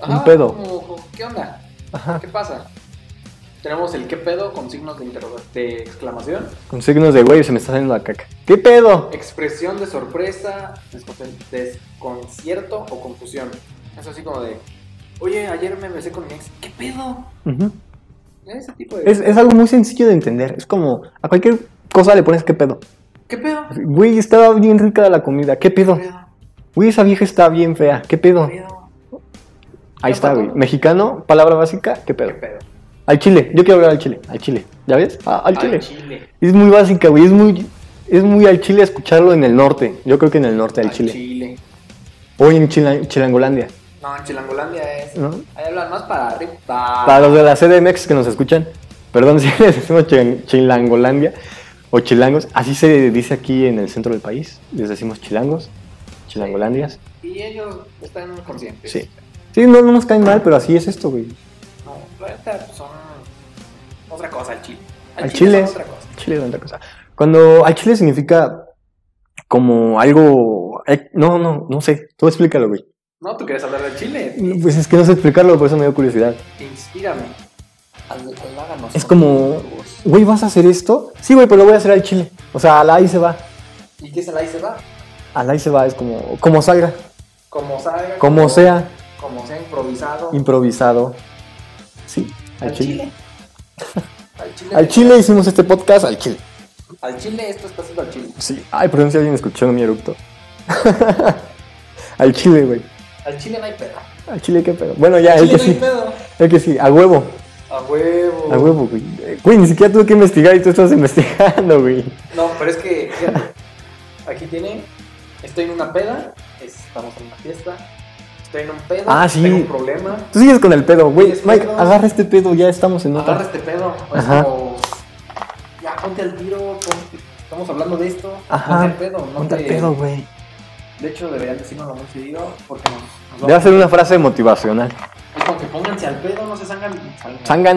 Speaker 2: Ajá,
Speaker 1: pedo.
Speaker 2: como, como, ¿Qué onda?
Speaker 1: Ajá.
Speaker 2: ¿Qué pasa? Tenemos el qué pedo con signos de, interro- de exclamación,
Speaker 1: Con signos de güey, se me está saliendo la caca. ¿Qué pedo?
Speaker 2: expresión de sorpresa, descon- desconcierto o confusión. Es así como de, oye, ayer me besé con mi ex, ¿qué pedo?
Speaker 1: Ujú.
Speaker 2: Ese tipo de...
Speaker 1: es, es algo muy sencillo de entender. Es como, a cualquier cosa le pones qué pedo.
Speaker 2: ¿Qué pedo?
Speaker 1: Güey, estaba bien rica la comida. ¿Qué
Speaker 2: ¿Qué
Speaker 1: pedo?
Speaker 2: pedo?
Speaker 1: Güey, esa vieja está bien fea. ¿Qué
Speaker 2: ¿Qué
Speaker 1: pedo?
Speaker 2: pedo?
Speaker 1: Ahí está, güey. Mexicano, palabra básica, ¿qué
Speaker 2: ¿Qué
Speaker 1: pedo?
Speaker 2: pedo?
Speaker 1: Al chile. Yo quiero hablar al chile. Al chile. ¿Ya ves? Ah, al chile.
Speaker 2: Al chile.
Speaker 1: Es muy básica, güey. Es muy, es muy al chile escucharlo en el norte. Yo creo que en el norte, al
Speaker 2: Al
Speaker 1: chile. Hoy en Chila- Chilangolandia.
Speaker 2: No, en Chilangolandia es...
Speaker 1: ¿No?
Speaker 2: Ahí hablan más para arriba. Para...
Speaker 1: Para los de la CDMX que nos escuchan, perdón si les decimos chil- chilangolandia o chilangos, así se dice aquí en el centro del país, les decimos chilangos, chilangolandias.
Speaker 2: Y ellos están conscientes.
Speaker 1: Sí, sí no, no nos caen mal, pero así es esto, güey.
Speaker 2: No, la neta pues, son otra cosa al chile.
Speaker 1: Al chile,
Speaker 2: son otra cosa.
Speaker 1: chile es otra cosa. Cuando al chile significa como algo, eh, no, no, no sé, tú explícalo, güey.
Speaker 2: No, tú quieres hablar del chile.
Speaker 1: Pues es que no sé explicarlo, por eso me dio curiosidad.
Speaker 2: Inspírame. Al- Aláganos.
Speaker 1: Es
Speaker 2: con
Speaker 1: como-
Speaker 2: tu voz.
Speaker 1: Güey, ¿vas a hacer esto? Sí, güey, pero lo voy a hacer al chile. O sea, al ahí se va,
Speaker 2: ¿Y qué se la dice va?
Speaker 1: al ahí se va, es como, como salga,
Speaker 2: Como salga.
Speaker 1: como sea.
Speaker 2: Como sea improvisado.
Speaker 1: improvisado. Sí,
Speaker 2: al chile. Al chile.
Speaker 1: Al chile hicimos este podcast al chile.
Speaker 2: Al chile, esto está haciendo al chile.
Speaker 1: Sí. Ay, perdón si alguien escuchó mi eructo. al chile, güey.
Speaker 2: Al chile no hay pedo.
Speaker 1: Al chile qué pedo. Bueno, ya,
Speaker 2: Al
Speaker 1: el
Speaker 2: chile
Speaker 1: que
Speaker 2: no hay
Speaker 1: sí.
Speaker 2: pedo.
Speaker 1: El que sí, a huevo.
Speaker 2: A huevo.
Speaker 1: A huevo, güey. Eh, Güey, ni siquiera tuve que investigar y tú estás investigando, güey.
Speaker 2: No, pero es que, fíjate, aquí tiene, estoy en una peda, es- estamos en una fiesta, estoy en un pedo,
Speaker 1: Ah, sí.
Speaker 2: tengo un problema,
Speaker 1: Tú sigues con el pedo, güey.
Speaker 2: Sigues
Speaker 1: Mike,
Speaker 2: pedo.
Speaker 1: agarra este pedo, ya estamos en
Speaker 2: agarra
Speaker 1: otra.
Speaker 2: este pedo, o es
Speaker 1: Ajá.
Speaker 2: como, ya, ponte al tiro, ponte- estamos hablando de esto,
Speaker 1: Ajá.
Speaker 2: ponte al este pedo, no
Speaker 1: Ponte
Speaker 2: te-
Speaker 1: al pedo, güey.
Speaker 2: De hecho, deberían decirnos muy seguido, porque nos, nos
Speaker 1: Debe
Speaker 2: vamos-
Speaker 1: hacer una frase motivacional.
Speaker 2: es como que pónganse al pedo, no se salgan, salgan-
Speaker 1: Sangan.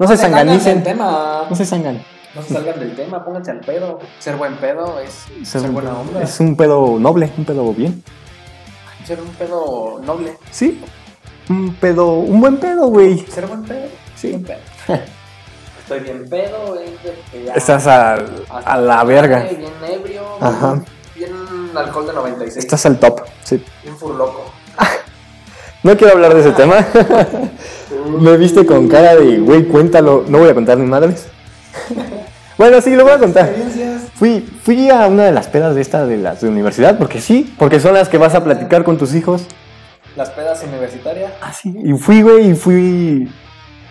Speaker 1: No
Speaker 2: no
Speaker 1: se
Speaker 2: se salgan del
Speaker 1: sanganicen.
Speaker 2: tema,
Speaker 1: No se sangan.
Speaker 2: no se salgan del tema, pónganse al pedo, ser buen pedo es ser, buena onda,
Speaker 1: Es un pedo noble, un pedo bien.
Speaker 2: ser un pedo noble,
Speaker 1: Sí. Un pedo, un buen pedo, güey.
Speaker 2: ser buen pedo.
Speaker 1: Sí.
Speaker 2: pedo. Estoy bien pedo, güey, que ya-
Speaker 1: Estás a,
Speaker 2: hasta-
Speaker 1: a la verga.
Speaker 2: Bien ebrio. güey,
Speaker 1: Ajá.
Speaker 2: Bien alcohol de 96.
Speaker 1: Estás al top. Sí.
Speaker 2: Bien furloco.
Speaker 1: No quiero hablar de ese tema. Me viste con cara de, güey, cuéntalo. No voy a contar ni madres. bueno, sí, lo voy a contar.
Speaker 2: Experiencias.
Speaker 1: Fui, fui a una de las pedas de esta de las de universidad, porque sí, porque son las que vas a platicar con tus hijos.
Speaker 2: Las pedas universitarias.
Speaker 1: Ah, sí. Y fui, güey, y fui.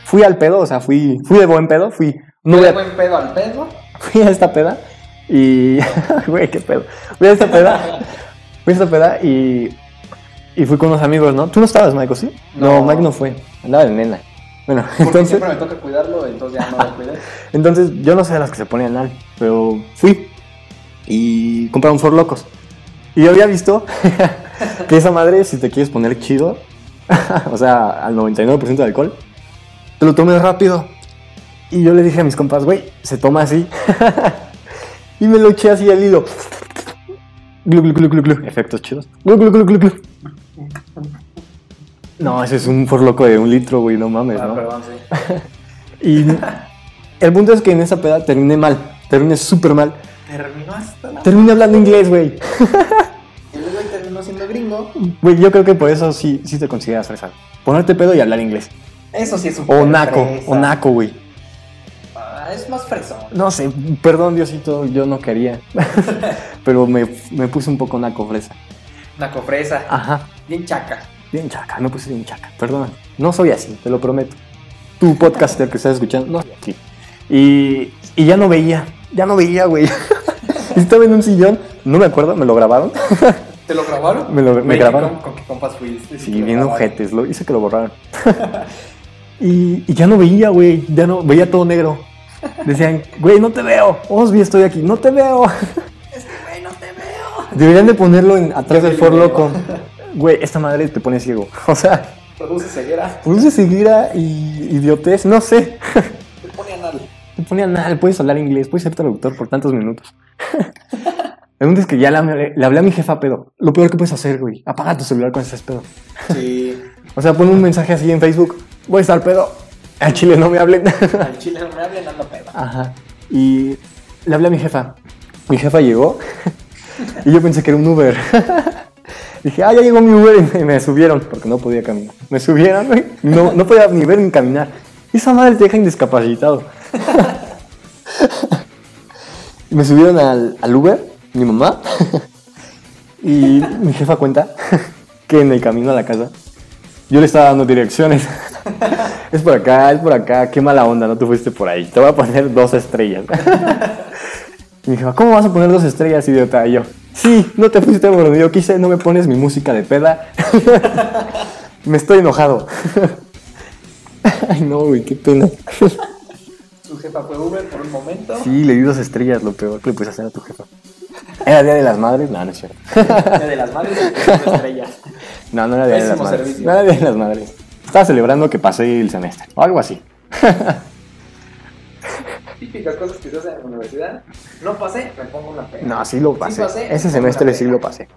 Speaker 1: Fui al pedo, o sea, fui, fui de buen pedo, fui. No voy a
Speaker 2: buen pedo al pedo.
Speaker 1: fui a esta peda y. Güey, qué pedo. Fui a esta peda. Fui a esta peda y. Y fui con unos amigos, ¿no? Tú no estabas, Mike, ¿o ¿sí? No,
Speaker 2: No.
Speaker 1: Mike no fue. Andaba de nena. Bueno,
Speaker 2: Porque
Speaker 1: entonces.
Speaker 2: siempre me toca cuidarlo, entonces ya no lo cuidé.
Speaker 1: Entonces, yo no sé de las que se ponían al, pero fui y compraron For Locos. Y yo había visto que esa madre, si te quieres poner chido, o sea, al 99% de alcohol, te lo tomes rápido. Y yo le dije a mis compas, güey, se toma así. y me lo eché así al hilo. Glu, glu, glu, glu, glu. Efectos chidos. Glu, glu, glu, glu, glu. No, ese es un forloco de un litro, güey, no mames,
Speaker 2: Ah,
Speaker 1: ¿no?
Speaker 2: perdón, sí.
Speaker 1: Y el punto es que en esa peda terminé mal, terminé súper mal.
Speaker 2: Terminó hasta la...
Speaker 1: Terminé hablando inglés, güey.
Speaker 2: El güey terminó siendo gringo.
Speaker 1: Güey, yo creo que por eso sí, sí te consideras fresa. Ponerte pedo y hablar inglés.
Speaker 2: Eso sí es un
Speaker 1: O naco, o naco, güey.
Speaker 2: Ah, es más fresón.
Speaker 1: No sé, perdón Diosito, yo no quería. Pero me, me puse un poco naco fresa.
Speaker 2: Naco fresa.
Speaker 1: Ajá,
Speaker 2: Bien chaca.
Speaker 1: bien chaca, me puse bien chaca, perdón. No soy así, te lo prometo. Tu podcaster que estás escuchando, no soy así. Y, y ya no veía, ya no veía, güey. Estaba en un sillón, no me acuerdo, me lo grabaron.
Speaker 2: ¿Te lo grabaron?
Speaker 1: Me lo- me
Speaker 2: Güey,
Speaker 1: grabaron.
Speaker 2: ¿Con, con qué compas fuiste?
Speaker 1: Sí, bien ojetes, lo hice que lo borraron. y, y ya no veía, güey, ya no, veía todo negro. Decían, güey, no te veo, Osby, estoy aquí, no te veo.
Speaker 2: Güey, no te veo.
Speaker 1: Deberían de ponerlo en- atrás del
Speaker 2: Sí,
Speaker 1: For
Speaker 2: güey.
Speaker 1: Loco. Güey, esta madre te pone ciego. O sea,
Speaker 2: Produce ceguera.
Speaker 1: produce ceguera y idiotez, no sé.
Speaker 2: Te pone anal.
Speaker 1: Te ponían nada, puedes hablar inglés, puedes ser traductor por tantos minutos. El punto es que ya le, le hablé a mi jefa a pedo. Lo peor que puedes hacer, güey, apaga tu celular cuando estás pedo.
Speaker 2: Sí.
Speaker 1: O sea, pon un mensaje así en Facebook. Voy a estar pedo. Al chile no me hablen.
Speaker 2: Al chile no me hablen ando pedo.
Speaker 1: Ajá. Y le hablé a mi jefa. Mi jefa llegó. y yo pensé que era un Uber. Dije, ah, ya llegó mi Uber. Y me, me subieron. Porque no podía caminar. Me subieron, güey. No, no podía ni ver ni caminar. Esa madre te deja indiscapacitado. Y me subieron al, al Uber. Mi mamá. y mi jefa cuenta que en el camino a la casa yo le estaba dando direcciones. es por acá, es por acá. Qué mala onda, no te fuiste por ahí. Te voy a poner dos estrellas. y me dijo, ¿cómo vas a poner dos estrellas, idiota? Y yo, sí, no te fuiste por donde yo quise, no me pones mi música de peda. me estoy enojado. Ay, no, güey, qué pena.
Speaker 2: Su jefa fue Uber por un momento.
Speaker 1: sí, le di dos estrellas, lo peor que le puedes hacer a tu jefa. ¿Era Día de las Madres? No, no es cierto.
Speaker 2: De las madres y de las estrellas.
Speaker 1: No, no era Día de las
Speaker 2: Pésimo
Speaker 1: Madres.
Speaker 2: servicio.
Speaker 1: No era Día de las Madres. Estaba celebrando que pasé el semestre, o algo así.
Speaker 2: Típicas cosas que se hacen en la universidad. No pasé, me pongo una peda.
Speaker 1: No, sí lo pasé.
Speaker 2: pasé.
Speaker 1: Ese semestre sí lo pasé.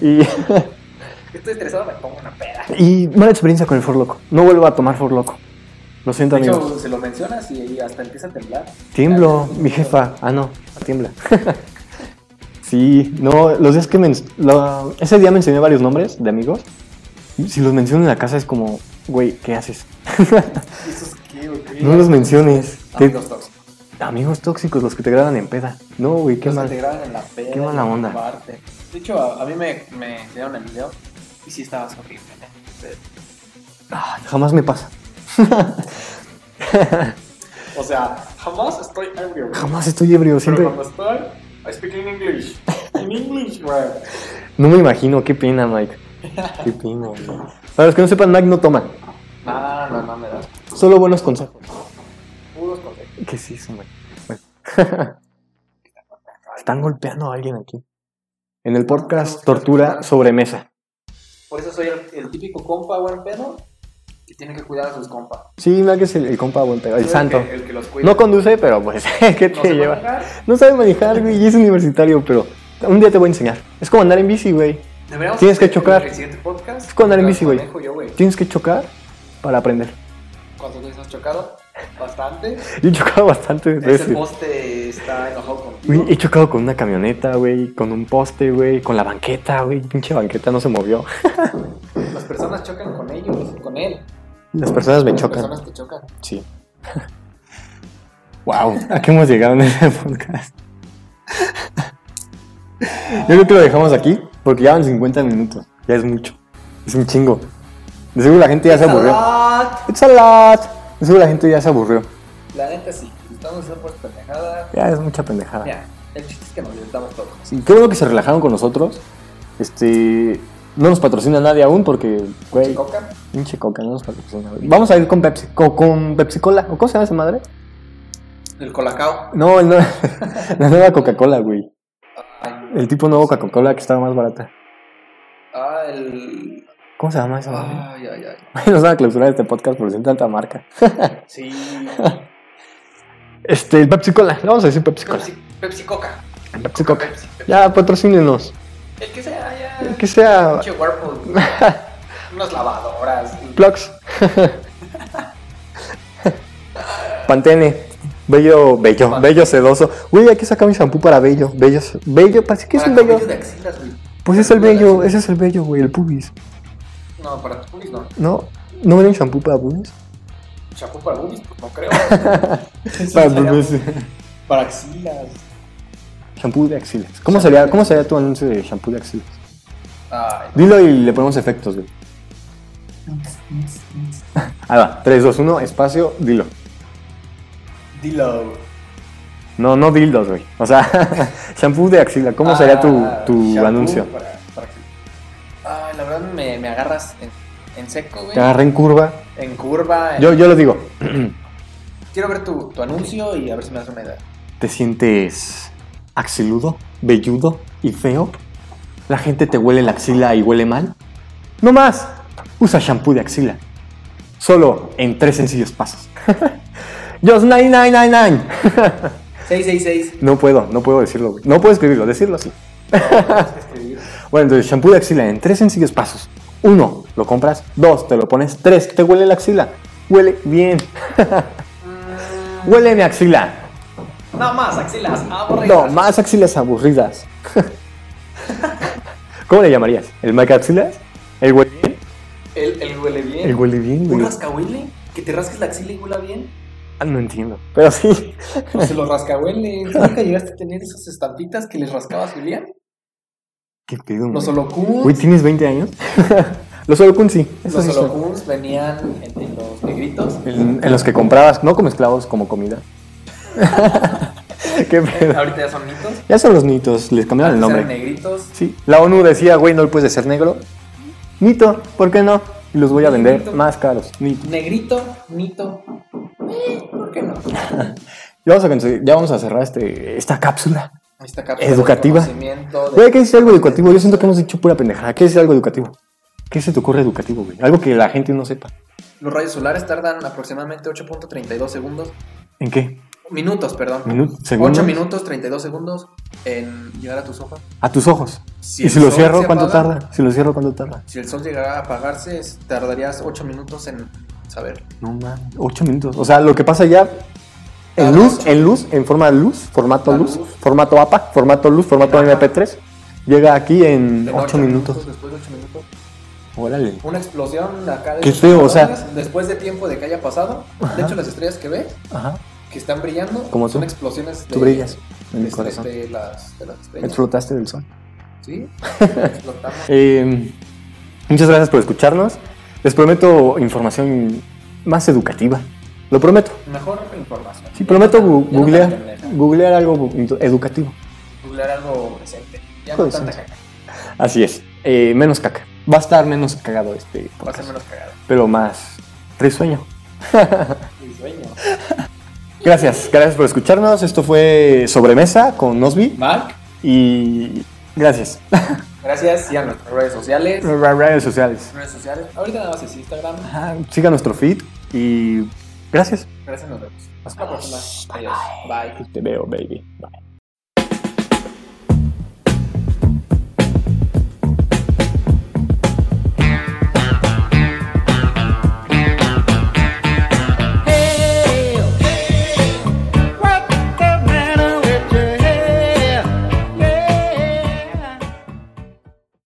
Speaker 1: Y,
Speaker 2: Estoy estresado, me pongo una peda.
Speaker 1: y mala experiencia con el Forloco. No vuelvo a tomar Forloco. Lo siento,
Speaker 2: De
Speaker 1: amigos.
Speaker 2: hecho, se lo mencionas y y hasta empieza a temblar.
Speaker 1: Tiemblo, mi jefa. Ah, no, tiembla. sí, no, los días que me. lo- ese día mencioné varios nombres de amigos. Si los menciono en la casa es como, güey, ¿qué haces?
Speaker 2: ¿Eso es qué, o qué?
Speaker 1: no los menciones. Te-
Speaker 2: Amigos tóxicos.
Speaker 1: amigos tóxicos, los que te graban en peda. No, güey, qué
Speaker 2: Los que
Speaker 1: mal.
Speaker 2: te graban en la peda.
Speaker 1: Qué mala
Speaker 2: en la
Speaker 1: onda.
Speaker 2: parte. De hecho, a, a mí me, me enseñaron el video y sí estabas horrible. ¿eh?
Speaker 1: Ah, jamás me pasa.
Speaker 2: O sea, jamás estoy angry. güey.
Speaker 1: Jamás estoy ebrio. Siempre.
Speaker 2: Pero cuando estoy, I speak in English. In English, güey.
Speaker 1: No me imagino, qué pena, Mike. Qué pena, güey. Para los que no sepan, Mike no toma.
Speaker 2: Ah, no, no me da.
Speaker 1: Solo buenos consejos.
Speaker 2: Puros consejos.
Speaker 1: ¿Qué es eso, Mike? Bueno. Están golpeando a alguien aquí. En el podcast Tortura Sobremesa.
Speaker 2: Por eso soy el, el típico compa buen pedo que tiene que cuidar a sus compas.
Speaker 1: Sí, Mike es el, el compa buen pedo, el
Speaker 2: Soy
Speaker 1: santo.
Speaker 2: que- el que los cuida.
Speaker 1: No conduce, pero pues, ¿qué
Speaker 2: No
Speaker 1: te
Speaker 2: se
Speaker 1: lleva?
Speaker 2: manejar.
Speaker 1: No sabe manejar, güey, y es universitario, pero un día te voy a enseñar. Es como andar en bici, güey.
Speaker 2: Deberíamos
Speaker 1: Tienes que
Speaker 2: hacer
Speaker 1: chocar.
Speaker 2: El siguiente podcast.
Speaker 1: Es con andar en
Speaker 2: Las
Speaker 1: bici, güey.
Speaker 2: manejo yo, güey.
Speaker 1: Tienes que chocar para aprender.
Speaker 2: ¿Cuántas veces has chocado? Bastante.
Speaker 1: Yo he chocado bastantes
Speaker 2: Ese
Speaker 1: veces.
Speaker 2: poste está enojado contigo.
Speaker 1: Güey, he chocado con una camioneta, güey, con un poste, güey, con la banqueta, güey, pinche banqueta no se movió.
Speaker 2: Las personas chocan con ellos, con él.
Speaker 1: Las personas me
Speaker 2: Las
Speaker 1: chocan.
Speaker 2: personas te chocan.
Speaker 1: Sí. wow, ¿a qué hemos llegado en este podcast? Yo creo que lo dejamos aquí porque ya van 50 minutos, ya es mucho. Es un chingo. De seguro la gente ya se aburrió.
Speaker 2: Ah,
Speaker 1: It's a lot. De seguro la gente ya se aburrió.
Speaker 2: La neta sí. Estamos haciendo por pendejada.
Speaker 1: Ya es mucha pendejada.
Speaker 2: Mira, el chiste es que nos inventamos todo.
Speaker 1: Sí, qué bueno que se relajaron con nosotros. Este, No nos patrocina nadie aún porque, güey,
Speaker 2: Coca.
Speaker 1: pinche coca, no nos patrocina. güey. Vamos a ir con Pepsi, co- con Pepsi Cola. ¿O cómo se llama esa madre?
Speaker 2: El colacao.
Speaker 1: No, el no- la nueva Coca-Cola, güey.
Speaker 2: Ay.
Speaker 1: El tipo nuevo Coca-Cola que estaba más barata.
Speaker 2: Ah, el.
Speaker 1: ¿Cómo se llama esa madre?
Speaker 2: Ay, ay, ay.
Speaker 1: Nos van a clausurar este podcast por decir tanta marca.
Speaker 2: Sí.
Speaker 1: Este, el Pepsi Cola. Le vamos a decir Pepsi Cola.
Speaker 2: Pepsi, Pepsi Coca.
Speaker 1: Pepsi Coca.
Speaker 2: Pepsi, Pepsi.
Speaker 1: Ya, patrocínenos.
Speaker 2: El que sea, ya.
Speaker 1: El Que sea
Speaker 2: Pinche Whirlpool. Unas lavadoras.
Speaker 1: Plugs. Pantene. Bello, bello, bello sedoso. Güey, aquí saca mi shampoo para bello. Bello, bello. ¿Para qué es el
Speaker 2: Para
Speaker 1: bello?
Speaker 2: cabello de axilas, güey.
Speaker 1: Pues es el bello, ese es el bello, güey, el pubis.
Speaker 2: No, para tus boobies no.
Speaker 1: ¿No? ¿No venden shampoo para pubis?
Speaker 2: Shampoo para boobies, pues no creo.
Speaker 1: Para
Speaker 2: Sí, sería-
Speaker 1: pubis.
Speaker 2: Para axilas.
Speaker 1: Shampoo de axilas. ¿Cómo sería, ¿Cómo sería tu anuncio de shampoo de axilas?
Speaker 2: Ay.
Speaker 1: Dilo y le ponemos efectos, güey. Ahí va, 3, 2, 1, espacio, dilo.
Speaker 2: Dilo.
Speaker 1: No, no dildos, güey. O sea, shampoo de axila. ¿Cómo sería tu,
Speaker 2: Ah,
Speaker 1: tu
Speaker 2: shampoo
Speaker 1: anuncio?
Speaker 2: para- para axilas. Ay, la verdad me, me agarras en, en seco, güey.
Speaker 1: Te agarré en curva.
Speaker 2: En curva. en-
Speaker 1: Yo, yo lo digo.
Speaker 2: Quiero ver tu, tu anuncio y a ver si me das una idea.
Speaker 1: ¿Te sientes axiludo, velludo y feo? ¿La gente te huele la axila y huele mal? No más. Usa shampoo de axila. Solo en tres sencillos pasos. Just 9999.
Speaker 2: 666.
Speaker 1: No puedo, no puedo decirlo, güey. No puedo escribirlo, decirlo sí.
Speaker 2: Tienes que escribir.
Speaker 1: Bueno, entonces shampoo de axila en tres sencillos pasos. Uno, lo compras. Dos, te lo pones. Tres, te huele la axila. Huele bien. huele mi axila.
Speaker 2: No más, axilas.
Speaker 1: No,
Speaker 2: aburridas.
Speaker 1: más axilas aburridas. ¿Cómo le llamarías? ¿El maca axilas? ¿El huele bien?
Speaker 2: El, el huele bien.
Speaker 1: ¿El huele bien?
Speaker 2: ¿Un
Speaker 1: güey?
Speaker 2: rascahuele? ¿Que te rasques la axila y huela bien?
Speaker 1: Ah, no entiendo. Pero sí.
Speaker 2: Pues se los rascahueles. ¿Nunca llegaste a tener esas estampitas que les rascabas y olían?
Speaker 1: ¿Qué pedo,
Speaker 2: Los
Speaker 1: güey?
Speaker 2: holocuns.
Speaker 1: Güey, ¿tienes 20 años? Los Olokun sí. eso
Speaker 2: Los
Speaker 1: sí son.
Speaker 2: holocuns venían en, en los negritos.
Speaker 1: En, en los que comprabas, no como esclavos, como comida. ¿Qué pedo?
Speaker 2: Ahorita ya son mitos.
Speaker 1: Ya son los nitos, les cambiaron el
Speaker 2: Antes
Speaker 1: nombre.
Speaker 2: eran negritos.
Speaker 1: Sí, la ONU decía, güey, no puedes ser negro. Nito, ¿por qué no? Y los voy a vender
Speaker 2: Nito.
Speaker 1: más caros. Nito.
Speaker 2: Negrito, nito. Eh, ¿Por qué no?
Speaker 1: Ya vamos a, conseguir- ya vamos a cerrar este, esta cápsula.
Speaker 2: Esta cápsula
Speaker 1: Educativa.
Speaker 2: De conocimiento, de-
Speaker 1: Güey, ¿qué dice algo educativo? Yo siento que hemos dicho pura pendejada. ¿Qué dice algo educativo? ¿Qué se te ocurre educativo, güey? Algo que la gente no sepa.
Speaker 2: Los rayos solares tardan aproximadamente 8.32 segundos.
Speaker 1: ¿En qué?
Speaker 2: Minutos, perdón.
Speaker 1: ¿Minutos?
Speaker 2: 8
Speaker 1: ¿Segundos?
Speaker 2: minutos 32 segundos en llegar a tus ojos.
Speaker 1: A tus ojos.
Speaker 2: Si
Speaker 1: ¿Y
Speaker 2: el
Speaker 1: si lo
Speaker 2: sol
Speaker 1: cierro,
Speaker 2: se
Speaker 1: cuánto
Speaker 2: apaga,
Speaker 1: tarda? Si lo cierro, cuánto tarda?
Speaker 2: Si el sol llegara a apagarse, es- tardarías 8 minutos en saber.
Speaker 1: No mames, 8 minutos. O sea, lo que pasa ya en
Speaker 2: Tarda
Speaker 1: luz,
Speaker 2: ocho.
Speaker 1: en luz, en forma de luz, formato
Speaker 2: La
Speaker 1: luz,
Speaker 2: luz.
Speaker 1: formato APA, formato luz, formato
Speaker 2: Ajá.
Speaker 1: MP3, llega aquí en
Speaker 2: En
Speaker 1: 8
Speaker 2: ocho
Speaker 1: minutos.
Speaker 2: Después de 8 minutos.
Speaker 1: Órale.
Speaker 2: Una explosión acá de
Speaker 1: Qué
Speaker 2: sus
Speaker 1: feo, o sea-
Speaker 2: cosas, Después de tiempo de que haya pasado. De hecho, las estrellas que ves,
Speaker 1: Ajá.
Speaker 2: que están brillando,
Speaker 1: Como
Speaker 2: son
Speaker 1: tú.
Speaker 2: explosiones de,
Speaker 1: Tú brillas en
Speaker 2: de-
Speaker 1: mi corazón.
Speaker 2: de las, de las estrellas.
Speaker 1: Explotaste del sol.
Speaker 2: Sí, explotamos.
Speaker 1: Eh, muchas gracias por escucharnos. Les prometo información más educativa. Lo prometo.
Speaker 2: Mejor información.
Speaker 1: Sí, prometo
Speaker 2: Ya no
Speaker 1: gu-
Speaker 2: tan- ya no tan
Speaker 1: googlear,
Speaker 2: pendeja.
Speaker 1: googlear algo bu- educativo.
Speaker 2: Googlear algo presente. Ya no
Speaker 1: Pues,
Speaker 2: tanta
Speaker 1: sí.
Speaker 2: caca.
Speaker 1: Así es. Eh, menos caca. Va a estar menos cagado este
Speaker 2: Va a ser
Speaker 1: podcast,
Speaker 2: menos cagado.
Speaker 1: pero más risueño.
Speaker 2: Mi sueño.
Speaker 1: Gracias, gracias por escucharnos. Esto fue Sobremesa con Nosby
Speaker 2: Mark,
Speaker 1: y gracias.
Speaker 2: gracias. Sigan nuestras redes sociales.
Speaker 1: Redes sociales.
Speaker 2: Redes sociales. Ahorita nada más es Instagram.
Speaker 1: Ajá, Siga nuestro feed y gracias.
Speaker 2: Gracias, nos vemos. Hasta la próxima. Adiós. Bye.
Speaker 1: Te veo, baby. Bye.